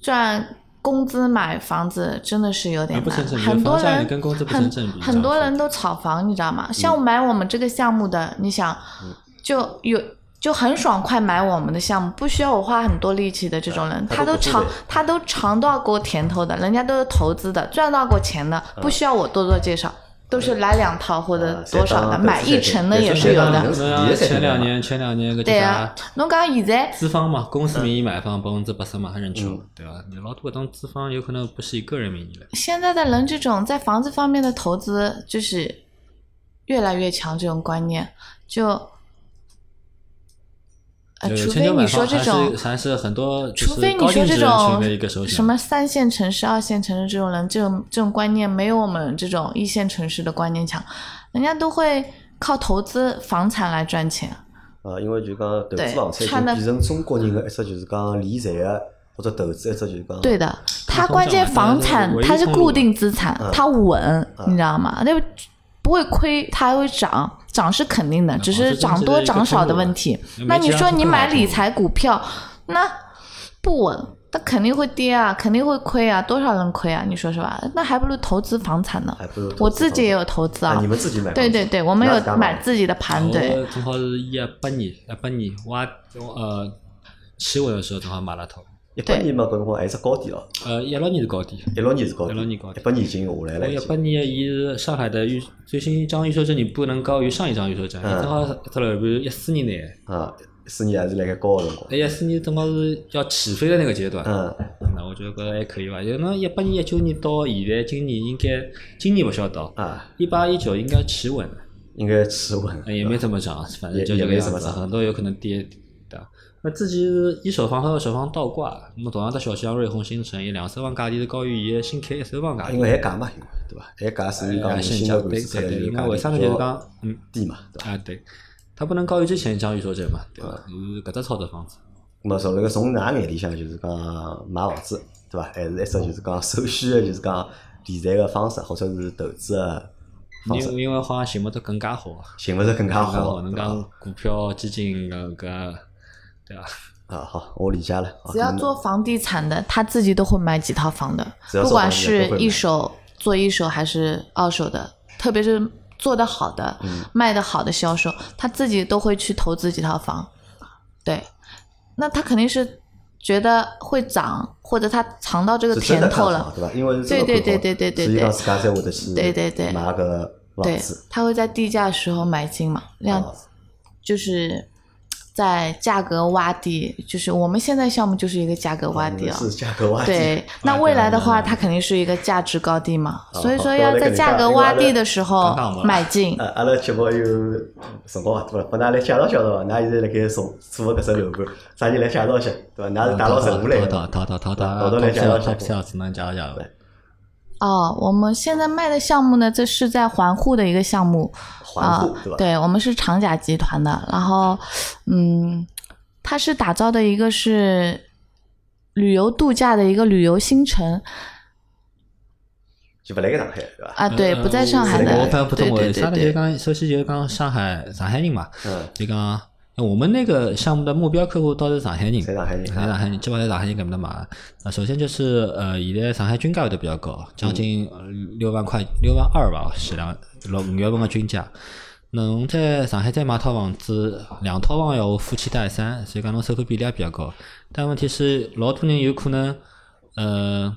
S3: 赚工资买房子，真的是有点
S2: 啊不成
S3: 难。
S2: 正比
S3: 很多
S2: 房价
S3: 人
S2: 也跟工资不成
S3: 很
S2: 正比啊嗯
S3: 很多
S2: 这样嗯
S3: 人都炒房，你知道吗？像买我们这个项目的，你想就有就很爽快买我们的项目，不需要我花很多力气的这
S2: 啊
S3: 种人，
S1: 他
S3: 他
S1: 都
S3: 都
S1: 不
S3: 尝
S1: 付费
S3: 他都尝到过甜头的，人家都是投资的，赚到过钱
S2: 啊
S3: 的，不需要我多做介绍，都是来两套或者
S1: 啊
S3: 多少的，
S1: 再当
S3: 买一成的也是有
S1: 再当
S3: 的
S1: 人。
S2: 侬像前两年前两年搿叫
S3: 对
S2: 啥
S3: 啊？，侬讲现在
S2: 资方嘛，公司名义买方百分之八十嘛，还认球
S1: 嗯，
S2: 对伐？你老多搿种资方有可能不是以个人名义了，
S3: 现在的人这种在房子方面的投资就是越来越强，这种观念就，呃，
S2: 就
S3: 除
S2: 千
S3: 非
S2: 家
S3: 你
S2: 买
S3: 说
S2: 方
S3: 这
S2: 还
S3: 种
S2: 是，还是很多就
S3: 除
S2: 是
S3: 非你
S2: 高净
S3: 说
S2: 值
S3: 这
S2: 人群的一个
S3: 种
S2: 首选
S3: 什么三线城市、二线城市这种人，这种这种观念没有我们这种一线城市的观念强，人家都会靠投资房产来赚钱。
S1: 啊，因为就讲投资
S3: 对
S1: 房产已经
S3: 穿得
S1: 变成中国人的一只就是讲理财个或者投资一只就是讲
S3: 对
S2: 啊
S3: 的，它
S2: 通
S3: 关
S2: 胀
S3: 键
S2: 嘛现在
S3: 房
S2: 是
S3: 产
S2: 唯一
S3: 它是
S2: 通路嗯
S3: 固
S2: 嘛
S3: 定资产，它稳，你知道吗？那个不会亏，它还会涨，涨是肯定的，只
S2: 房
S3: 是
S2: 子经
S3: 涨
S2: 济
S3: 多
S2: 的一个
S3: 涨少
S2: 通
S3: 的
S2: 路
S3: 问
S2: 嘛
S3: 题
S2: 也。没
S3: 那你
S2: 其他
S3: 说
S2: 通
S3: 你
S2: 路
S3: 买
S2: 嘛
S3: 理财股票，那不稳，那肯定会跌啊，肯定会亏啊，多少人亏啊？你说是吧？那还不如投资房产呢
S1: 还。不如投资
S3: 我自己也
S1: 房
S3: 有投资
S1: 产啊，
S3: 啊
S1: 你，们自己买
S3: 对对对，我们有买
S1: 己
S3: 自己的盘，对
S2: 我正好是一八年，一八年我也呃七月的时候正好买了套，
S1: 一八年嘛，搿辰光还是高点了，
S2: 呃一六年是高点，
S1: 一六年是高点，
S2: 16年高
S1: 一
S2: 点
S1: 八年已经下来
S2: 我
S1: 了，
S2: 一
S1: 已
S2: 八
S1: 经
S2: 年伊是上海的预最新一张预售证，你不能高于上一张预售证，
S1: 嗯
S2: 正好它后边一四年呢，
S1: 啊，四年还是辣盖高个辰光，
S2: 一四年正好是要起飞的那个阶段，
S1: 嗯，
S2: 那我觉得觉得还可以吧。就那一八年、一九年到现在，今年应该今年不晓得，
S1: 啊，
S2: 一八一九应该企稳了，
S1: 应该企稳，
S2: 呃也没怎么涨，反正
S1: 也
S2: 就这
S1: 也
S2: 个
S1: 没
S2: 样
S1: 怎么
S2: 子，
S1: 涨
S2: 很多有可能跌的。那自己是一手房和二手房倒挂，那么同样的小香瑞、红星城，有两三万价钿是高于伊个新开一手房价
S1: 因
S2: 钿。
S1: 为还价嘛，因为对伐？还价属于讲
S2: 还
S1: 明
S2: 是
S1: 星
S2: 哎价
S1: 的
S2: 对
S1: 管制出来
S2: 对
S1: 就
S2: 对，
S1: 是
S2: 因
S1: 价
S2: 为为啥呢？就是讲，嗯，
S1: 低嘛，对伐？
S2: 啊对，它不能高于之前一张预售证嘛，对吧？就是搿只操作方式。
S1: 那么从那个从㑚眼里向就是讲买房子，对伐？还是一只就是讲首选的就是讲理财个方式，或者是投资个方式，
S2: 因因为好像寻勿到更加好啊，
S1: 寻勿着更加
S2: 更加
S1: 好，
S2: 能
S1: 对伐？
S2: 讲股票、基金搿搿，对伐？
S1: 啊，好，我理解了。啊
S3: 只要
S1: 那么
S3: 做房地产的，他自己都会买几套房的，
S1: 只要
S3: 不
S1: 做
S3: 管
S1: 房地产
S3: 是
S1: 都会
S3: 一
S1: 买
S3: 手做一手还是二手的，特别是做得好的、
S1: 嗯
S3: 卖得好的销售，他自己都会去投资几套房。对，那他肯定是觉得会涨，或者他尝到这个
S1: 是真
S3: 甜
S1: 的看
S3: 头
S1: 好
S3: 了，
S1: 对伐？因为是真的
S3: 对对
S1: 看好
S3: 对对对对
S1: 所以
S3: 对
S1: 讲自家才会得去
S3: 对对对
S1: 买搿房
S3: 对
S1: 子，，
S3: 他会在低价时候买进嘛，让
S1: 啊
S3: 就是在价格洼地，就是我们现在项目就是一个价格洼地
S1: 你们
S3: 啊、
S1: 嗯是价格洼地，
S3: 对，那未来的话，它肯定是一个价值高地嘛，
S1: 啊好
S3: 所以
S1: 好
S3: 说
S1: 不要
S3: 要
S1: 再
S3: 在
S1: 跟
S3: 价
S1: 你
S3: 格
S1: 讲
S3: 洼
S1: 另外
S3: 地
S1: 的
S3: 的时候
S2: 刚刚我们
S3: 买进
S1: 呃，。阿拉节目有辰光勿多了，帮㑚来介绍介绍伐？㑚现在辣盖做做搿只楼盘，啥人来介绍一下，对伐？㑚是打捞任务来
S2: 淘
S1: 的，
S2: 淘淘淘淘
S1: 老多来介绍一下
S2: top sales 能加一下吧？
S3: 哦，我们现在卖的项目呢，这是在环沪的一个项目
S1: 环
S3: 啊
S1: 沪，对伐？
S3: 对，我们是长甲集团的，然后嗯，它是打造的一个是旅游度假的一个旅游新城
S1: 就勿来盖上海，对伐？
S3: 啊，对，不在上海
S1: 嗯
S2: 我
S3: 的
S1: 我，
S2: 翻不
S3: 对
S2: 懂我
S3: 对
S2: 啥
S3: 对
S2: 呢？就是
S3: 对，
S2: 讲，首先就是讲上海上海人嘛，
S1: 嗯，
S2: 就讲那我们那个项目的目标客户倒是上海人，
S1: 侪上海人
S2: 上海人基本上上海人搿么的嘛。那首先就是呃，现在上海均价会得比较高，将近呃六万块六万二吧，是两六五月份个均价。那侬在上海再买套房子，两套房要夫妻带三，所以讲侬首付比例也比较高。但问题是，老多人有可能，呃，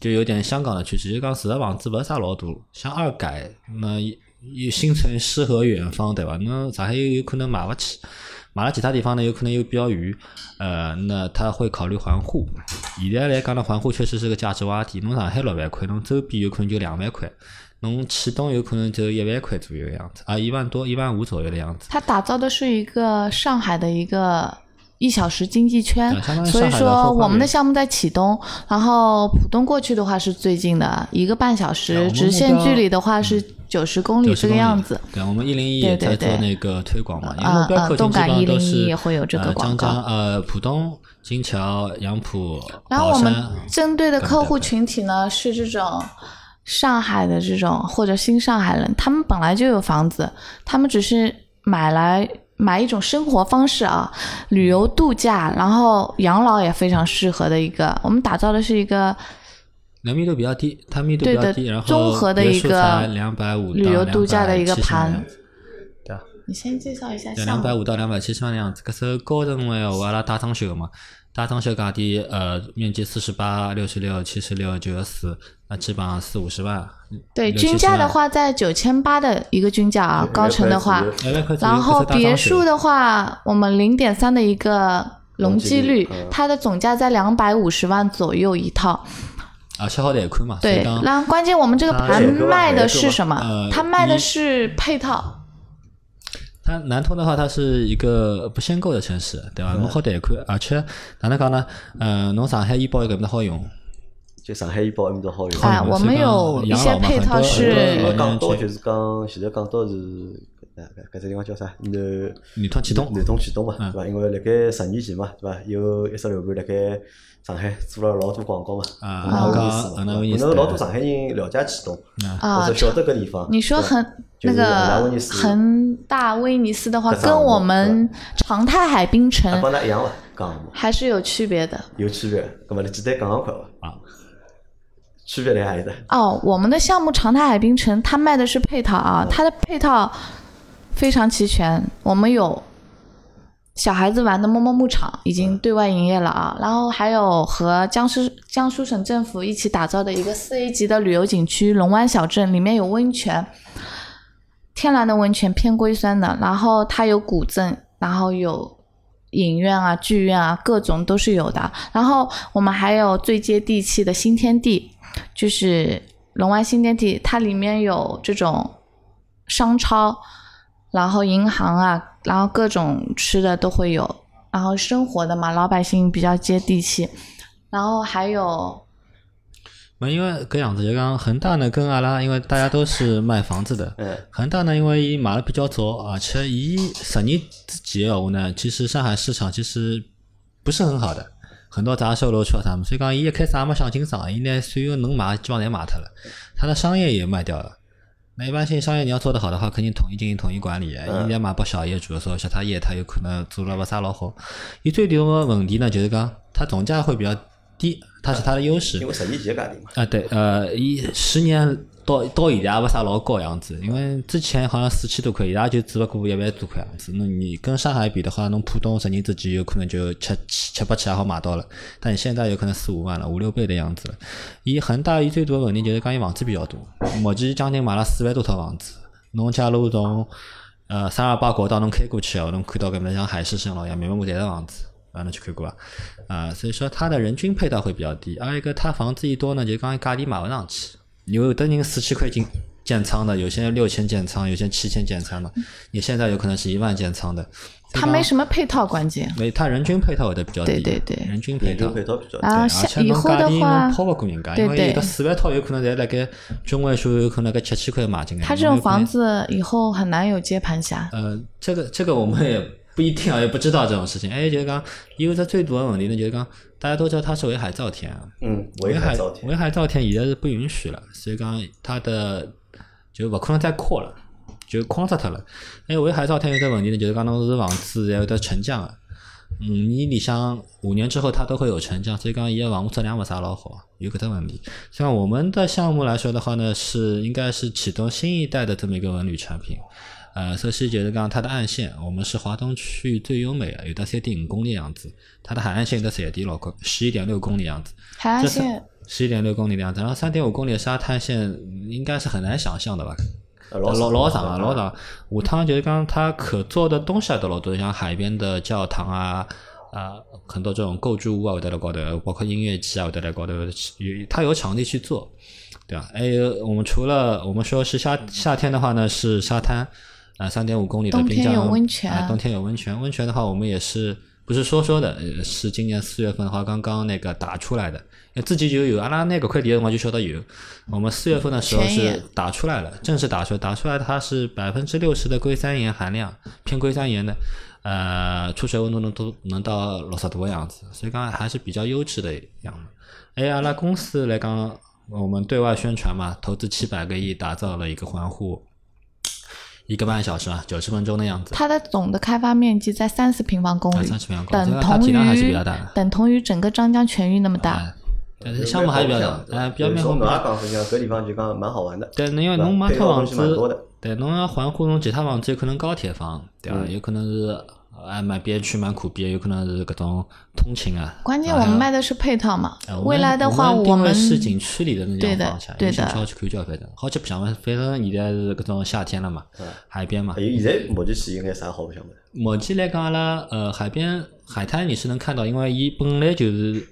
S2: 就有点香港的趋势，就讲住个房子勿是啥老大，想二改，那有新城诗和远方，对伐？那上海有有可能买勿起，买了其他地方呢，有可能又比较远，呃，那他会考虑环沪。现在来讲呢，环沪确实是个价值洼地，侬上海六万块，侬周边有可能就两万块，侬启东有可能就一万块左右的样子，啊，一万多、一万五左右的样子。
S3: 它打造的是一个上海的一个一小时经济圈
S2: 对相当，于
S3: 所
S2: 上
S3: 以
S2: 海的后
S3: 说
S2: 花
S3: 我们的
S2: 园
S3: 项目在启东，然后浦东过去的话是最近的一个半小
S2: 对我
S3: 时，
S2: 们
S3: 直
S2: 目
S3: 线距
S2: 标嗯
S3: 离的话是九十公里
S2: 就
S3: 这个样子。。
S2: 对，我们一零一也
S3: 对对
S2: 在做
S3: 对
S2: 那个推广嘛，因为
S3: 啊
S2: 目标
S3: 啊
S2: 客群
S3: 动
S2: 基
S3: 感
S2: 本上都
S3: 101
S2: 是
S3: 也会有这个
S2: 呃
S3: 广
S2: 江江
S3: 告
S2: 呃浦东、金桥、杨浦、
S3: 然后我
S2: 宝
S3: 们
S2: 山。
S3: 针对的客户群体呢是这种上海的这种或者新上海人，他们本来就有房子，他们只是买来买一种生活方式啊，旅游度假，然后养老也非常适合的一个。我们打造的是一个
S2: 那密度比较低，它密度比
S3: 对
S2: 较
S3: 的
S2: 低，然后
S3: 综合的一个
S2: 两百五
S3: 旅游度假的一个盘
S2: 对啊，
S3: 你先介绍一下
S2: 对，
S3: 项
S2: 两
S3: 目
S2: 百。五到两百七千万样子。搿艘高层的闲话，阿拉大装修个嘛，大装修价钿呃面积四十八、六十六、七十六、九十四，那基本上四五十万。
S3: 对，
S2: 六七十
S3: 均价的
S2: 万，
S3: 话在九千八的一个均价啊，高层的话，
S2: 两百块左右
S3: 然后
S2: 搿艘大
S3: 别
S2: 装修
S3: 墅的话，我们零点三的一个容积率
S1: 容积率嗯，
S3: 它的总价在两百五十万左右一套。
S2: 啊，消耗贷款嘛，所以
S3: 对
S2: 讲，
S3: 那关键我们这个
S2: 它
S3: 盘
S1: 这个
S3: 卖的
S1: 还是
S3: 是什么
S2: 呃？
S3: 它卖的
S2: 一
S3: 是配套，
S2: 它南通的话，它是一个不限购的城市，对伐？侬好贷款，而且哪能讲呢？呃，侬上海医保一个没得好用，
S1: 就上海医保埃面搭好用。
S3: 哎
S2: 好用
S3: 我们有
S2: 所以讲
S3: 一
S2: 养
S3: 些
S2: 老嘛
S3: 配套
S2: 很多
S3: 是
S2: 很多
S1: 呃
S2: 老
S1: 港
S2: 年
S1: 岛就
S2: 人去
S1: 是讲，现在港岛是搿搿只地方叫啥？南
S2: 女团启动
S1: 南通启东嘛，
S2: 嗯
S1: 对伐？因为辣盖十年前嘛，对伐？有一只楼盘辣盖上海做了老多广告嘛，
S2: 啊
S1: 可能有
S2: 啊
S1: 意思嘛
S2: 啊
S1: 对
S2: 那
S1: 伐
S2: 有意思
S1: 可能老多
S2: 对嗯
S1: 上海人了解启东，
S3: 啊
S1: 或者晓得搿地方。
S3: 你说
S1: 对伐
S3: 恒
S1: 就
S3: 那
S1: 是南威
S3: 个
S1: 尼斯
S3: 恒大威尼斯的话，
S1: 它是
S3: 跟
S1: 昂
S3: 我
S1: 贵
S3: 们长泰海滨
S1: 啊
S3: 城
S1: 帮㑚一样伐？讲嘛，
S3: 还是有区别的。
S1: 有区别。搿么你简单讲讲看伐？
S2: 啊，
S1: 区别辣何里搭？
S3: 哦，我们的项目长泰海滨城，它卖的是配套啊，它的配套非常齐全。我们有小孩子玩的摸摸牧场，已经对外营业了啊，然后还有和江苏江苏省政府一起打造的一个四 A 级的旅游景区——龙湾小镇，里面有温泉，天然的温泉偏硅酸的，然后它有古镇，然后有影院啊、剧院啊，各种都是有的。然后我们还有最接地气的新天地，就是龙湾新天地，它里面有这种商超，然后银行啊，然后各种吃的都会有，然后生活的嘛，老百姓比较接地气。然后还有
S2: 没，因为搿样子就讲恒大呢，跟阿拉，因为大家都是卖房子的，
S1: 嗯，
S2: 恒大呢，因为伊买了比较早，而且伊十年之前的话呢，其实上海市场其实不是很好的，很多杂售楼区啊啥么，所以讲伊一开始也没想清爽，伊呢所有能买基本上侪买脱了，他的商业也卖掉了。那一般性商业你要做得好的话，肯定统一经营、统一管理。
S1: 嗯
S2: 伊在卖拨小业主的时候，小他业他有可能做了勿啥老好。伊最大的问题呢，就是讲它总价会比较低，它是它的优势。
S1: 因为十年前个价钿嘛，
S2: 啊，对，呃，伊十年到到现在也勿啥老高样子，因为之前好像四千多块，现在就只勿过一万多块样子。那你跟上海比的话，侬浦东十年之前有可能就七七七八千也好买到了，但你现在有可能四五万了，五六倍的样子了。伊恒大伊最大的问题就是讲伊房子比较多，目前将近买了四万多套房子。侬假如从呃三二八国道侬开过去哦，侬看到搿么像海市蜃楼一样，密密麻麻侪是房子，啊，侬去看过伐？啊，所以说它的人均配套会比较低，而一个它房子一多呢，就讲价钿买勿上去，有的人四千块进建仓的，有些人六千建仓，有些七千建仓的，你现在有可能是一万建仓的，
S3: 它没
S2: 么，
S3: 什么配套，关键
S2: 没它人均配套会得比较低，
S3: 对对对
S2: 人均配
S1: 研
S2: 套
S1: 究。配套比较低
S3: 然。后
S2: 而
S3: 下
S2: 且
S3: 啊以
S2: 侬
S3: 后
S2: 价
S3: 的
S2: 钿
S3: 话
S2: 侬，抛勿过人家，
S3: 对
S2: 因为有的
S3: 对
S2: 四万套有可能侪辣盖中位数有可能辣盖七千块买进来。
S3: 它这
S2: 侬
S3: 种
S2: 哎有可能
S3: 房子以后很难有接盘侠。
S2: 呃，这个这个我们也不一定啊，也不知道这种事情。还有就是讲，因为这最大的问题呢，就是讲大家都知道它是为海造田啊，
S1: 嗯，
S2: 为
S1: 危
S2: 海
S1: 害造田。
S2: 为海造田现在是不允许了，所以讲它的就勿可能再扩了，就框死脱了。因为为海造田有只问题呢，就是讲侬是房子还有得沉降啊。嗯，你里向五年之后它都会有沉降，所以讲伊个房屋质量勿啥老好，有搿只问题。像我们的项目来说的话呢，是应该是启动新一代的这么一个文旅产品。呃，首先就是讲它的岸线，我们是华东区域最优美的，有的三点五公里样子，它的海岸线有的十一点六公十一点六公里样子，
S3: 海岸
S2: 这是嗯
S3: 线
S2: 十一点六公里的样子，然后三点五公里的沙滩线嗯应该是很难想象的吧？
S1: 啊
S2: 老
S1: 长
S2: 老长啊，老长。下趟就是讲它可做的东西啊都老多，像海边的教堂啊。啊，很多这种构筑物啊，会得来高头，包括音乐季啊，会得来高头，有它有场地去做，对吧？还有我们除了我们说是夏夏天的话呢，是沙滩啊，三点五公里的
S3: 冬
S2: 滨
S3: 天
S2: 江
S3: 有温泉
S2: 啊，冬天有温泉。温泉的话，我们也是不是说说的，呃是今年四月份的话，刚刚那个打出来的，呃自己就有阿拉那个快递的话就晓得有。我们四月份的时候
S3: 全
S2: 是
S3: 野
S2: 打出来了，正式打出来，打出来它是百分之六十的硅酸盐含量，偏硅酸盐的，呃，出水温度能都能到六十度的样子，所以讲还是比较优质的样子。哎，阿拉公司来讲，我们对外宣传嘛，投资七百个亿打造了一个环湖，一个半小时啊，九十分钟的样子，
S3: 它的总的开发面积在三十平方公
S2: 啊
S3: 里，
S2: 三十平方公里，这
S3: 等
S2: 个它
S3: 同
S2: 体量还是比
S3: 于
S2: 较大的，
S3: 等同于整个张江全域那么大。
S2: 哎但是项目还是比较大，哎，比较
S1: 面
S2: 面
S1: 红。
S2: 红
S1: 侬
S2: 比
S1: 也
S2: 较
S1: 讲分享，搿地方就讲蛮好玩的。
S2: 对，因
S1: 对
S2: 为
S1: 吧
S2: 侬买
S1: 配
S2: 套
S1: 套
S2: 房
S1: 东西蛮多
S2: 子
S1: 的，
S2: 对，侬要环顾侬其他房间，可能高铁房，对
S1: 嗯
S2: 伐？有可能是哎蛮边区蛮苦逼，有可能是搿种通勤啊。
S3: 关键
S2: 啊
S3: 我们
S2: 还有
S3: 卖的是配套嘛
S2: 哎，
S3: 未来的话
S2: 我
S3: 我
S2: 定位
S3: 们
S2: 是景区里的那
S3: 对
S2: 种
S3: 的
S2: 方向，
S3: 对
S2: 景
S3: 的
S2: 区要去看叫反正好吃不想嘛，反正现在是搿种夏天了嘛，
S1: 嗯
S2: 海边嘛
S1: 还。哎有现在目前去应该啥好白相么？
S2: 目前来讲，阿拉呃海边海滩你是能看到，因为伊本来就是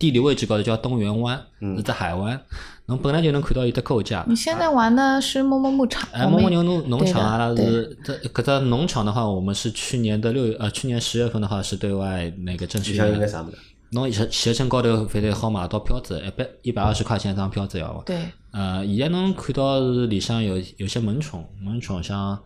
S2: 地理位置高头叫东源湾，
S1: 嗯
S2: 是只海湾，侬本来就能看到伊的构架。
S3: 你现在玩的是摸摸牧场，
S2: 哎，
S3: 我
S2: 蒙
S3: 们
S2: 古牛农农
S3: 对
S2: 场
S3: 的
S2: 阿拉
S3: 对
S2: 是这搿只农场的话，我们是去年的六月呃，去年十月份的话是对外那个正
S1: 里
S2: 式
S1: 向
S2: 的
S1: 应该啥么子？
S2: 侬携携程高头反正好买到票子，一百一百二十块钱一张票子要伐？
S3: 对
S2: 呃，现在侬看到是里向有有些蚊虫，蚊虫像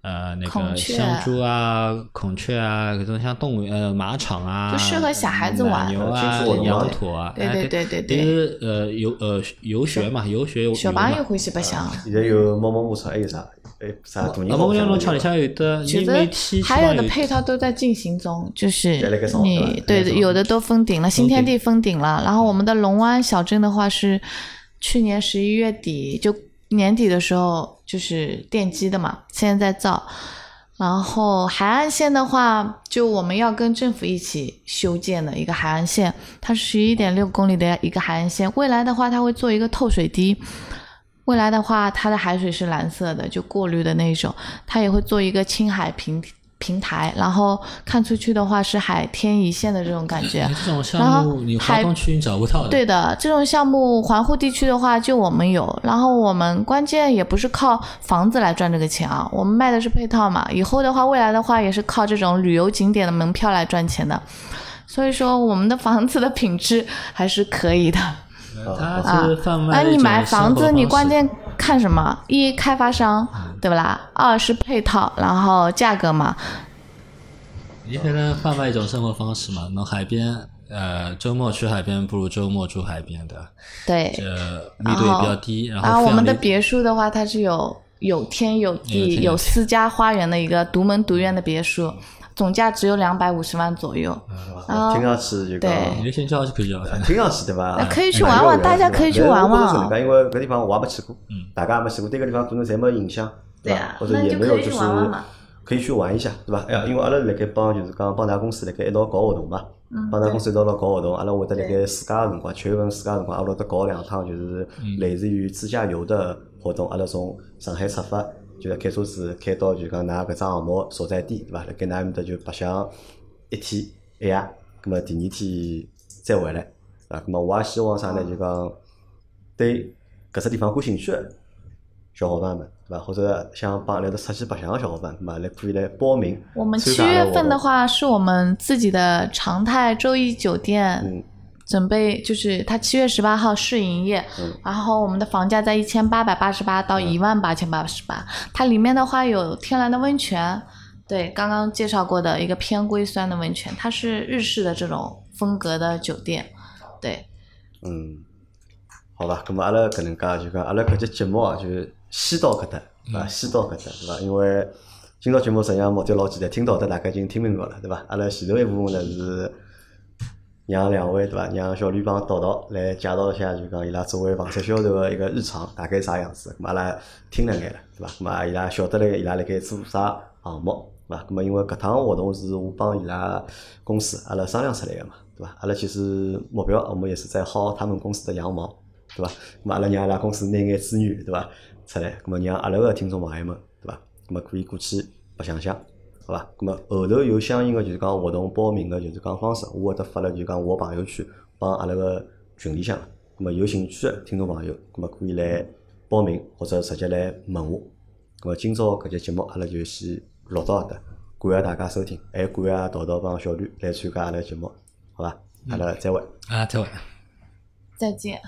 S2: 呃那
S3: 孔
S2: 个
S3: 雀
S2: 香珠啊、孔雀啊，搿种像动物呃马场啊，
S3: 就适合小孩子玩
S2: 奶牛
S1: 亲
S2: 啊
S1: 子活、动
S2: 羊
S1: 嘛
S2: 驼啊，
S3: 对
S2: 哎
S3: 对对对对
S2: 但是呃游呃游学嘛，啊游学有
S3: 小朋友欢喜白相。
S1: 现在有猫猫牧场，还有啥？哎，啥大人
S2: 那
S1: 好
S2: 么
S1: 白
S2: 像
S1: 相
S2: 侬
S1: 的
S2: 厂里
S1: 地方
S2: 向有的，
S3: 其
S2: 你每
S3: 实
S2: 天
S3: 还有的
S2: 希望
S3: 配套都在进行中，就是
S1: 在那个上对吧
S3: 你
S1: 在那个
S3: 对的，
S1: 上
S3: 有的都封顶了，新天地封顶了。然后我们的龙湾小镇的话是去年十一月底就年底的时候就是奠基的嘛，现在在造。然后海岸线的话，就我们要跟政府一起修建的一个海岸线，它是十一点六公里的一个海岸线。未来的话，它会做一个透水堤。未来的话，它的海水是蓝色的，就过滤的那一种。它也会做一个青海平平台，然后看出去的话是海天一线的这种感觉。
S2: 你这种
S3: 然
S2: 项
S3: 后
S2: 目，你华东区你找不到的。
S3: 对的，这种项目环沪地区的话，就我们有。然后我们关键也不是靠房子来赚这个钱啊，我们卖的是配套嘛。以后的话，未来的话也是靠这种旅游景点的门票来赚钱的。 所以说，我们的房子的品质还是可以的。
S1: 嗯
S2: 它嗯是贩卖
S3: 哎，
S2: 的一
S3: 你
S2: 种
S3: 买房
S2: 生活
S3: 子，你
S2: 方
S3: 关
S2: 式
S3: 键看什么？一开发商，对不啦？二是配套，然后价格嘛。
S2: 你反正贩卖一种生活方式嘛。侬海边，呃，周末去海边不如周末住海边的，
S3: 对，
S2: 呃，密度也比较低，然
S3: 然后
S2: 后
S3: 哦啊我们的
S2: 非常
S3: 别墅的话，它是有有天有
S2: 有天
S3: 地
S2: 有
S3: 有
S2: 地
S3: 私家花园的一个独门独院的别墅，总价只有两百五十万左右。
S1: 啊听上去就讲，
S2: 离
S3: 哦对
S2: 你先叫去可以啊。
S1: 听上去对伐？
S3: 那可以去
S1: 蛮
S3: 玩
S1: 诱
S3: 玩，
S1: 人
S3: 大家
S1: 的
S3: 可以去
S1: 但是
S3: 玩啊
S1: 我不能承认
S3: 玩。
S1: 因为搿地方我也没去过，
S2: 嗯
S1: 大家也没去过，对搿地方可能侪没印象，对
S3: 对
S1: 伐
S3: 啊？
S1: 或者
S3: 那
S1: 也
S3: 就
S1: 没
S3: 可
S1: 有
S3: 以
S1: 就
S3: 去
S1: 是
S3: 玩玩嘛
S1: 可以去玩一下，对伐？哎呀，因为阿拉辣盖帮就是讲帮㑚公司辣盖一道搞活动嘛，
S3: 嗯
S1: 帮㑚公司一道辣搞活动，阿拉会得辣盖暑假个辰光，七月份暑假个辰光，阿拉会得搞两趟就是类似于自驾游的活动，阿拉从上海出发。就是开车子开到就讲㑚搿只项目所在地，对伐？辣盖㑚埃面搭就白相一天一夜，葛末第二天再回来，啊，咁么我也希望啥呢？就讲对搿只地方感兴趣的小伙伴们，对伐？或者想帮阿拉搭出去白相个小伙伴，对伐？来可以来报名。
S3: 我们
S1: 参
S3: 七
S1: 加阿拉
S3: 月
S1: 活
S3: 份的
S1: 动，
S3: 话，是我们自己的常态周一酒店
S1: 嗯，
S3: 准备，就是它七月十八号试营业，
S1: 嗯
S3: 然后我们的房价在一千八百八十八到一万八千八十八，它里面的话有天然的温泉，对，刚刚介绍过的一个偏硅酸的温泉，它是日式的这种风格的酒店，对，
S1: 嗯，好伐？咁么阿拉搿能介就讲，阿拉搿节节目啊，就是先到搿搭，对伐？先到搿搭，对伐？因为今朝节目实际上目的老简单，听到搿搭大家已经听明白了，对伐？阿拉前头一部分呢是让两位对伐，让小吕帮道道来介绍一下，就讲伊拉作为房产销售个一个日常大概啥样子。咁阿拉听了眼了，对伐？咁啊，伊拉晓得了伊拉辣盖做啥项目，对伐？咁啊，因为搿趟活动是我帮伊拉公司阿拉商量出来个嘛，对伐？阿拉其实目标我们也是在薅他们公司的羊毛，对伐？咁啊阿拉让阿拉公司拿眼资源，对伐？出来，咁么啊让阿拉个听众朋友们，对伐？咁啊么可以过去白相相。好伐？咁么后头有相应个就是讲活动报名个就是讲方式，我会得发了就是讲我朋友圈帮阿拉个群里向，咁么有兴趣个听众朋友，咁么可以来报名或者直接来问我。咁么今朝搿节节目阿拉就先录到搿搭，感谢大家收听，还感谢道道帮小吕来参加阿拉节目，好伐？阿拉再会。
S2: 啊，再会。
S3: 再见。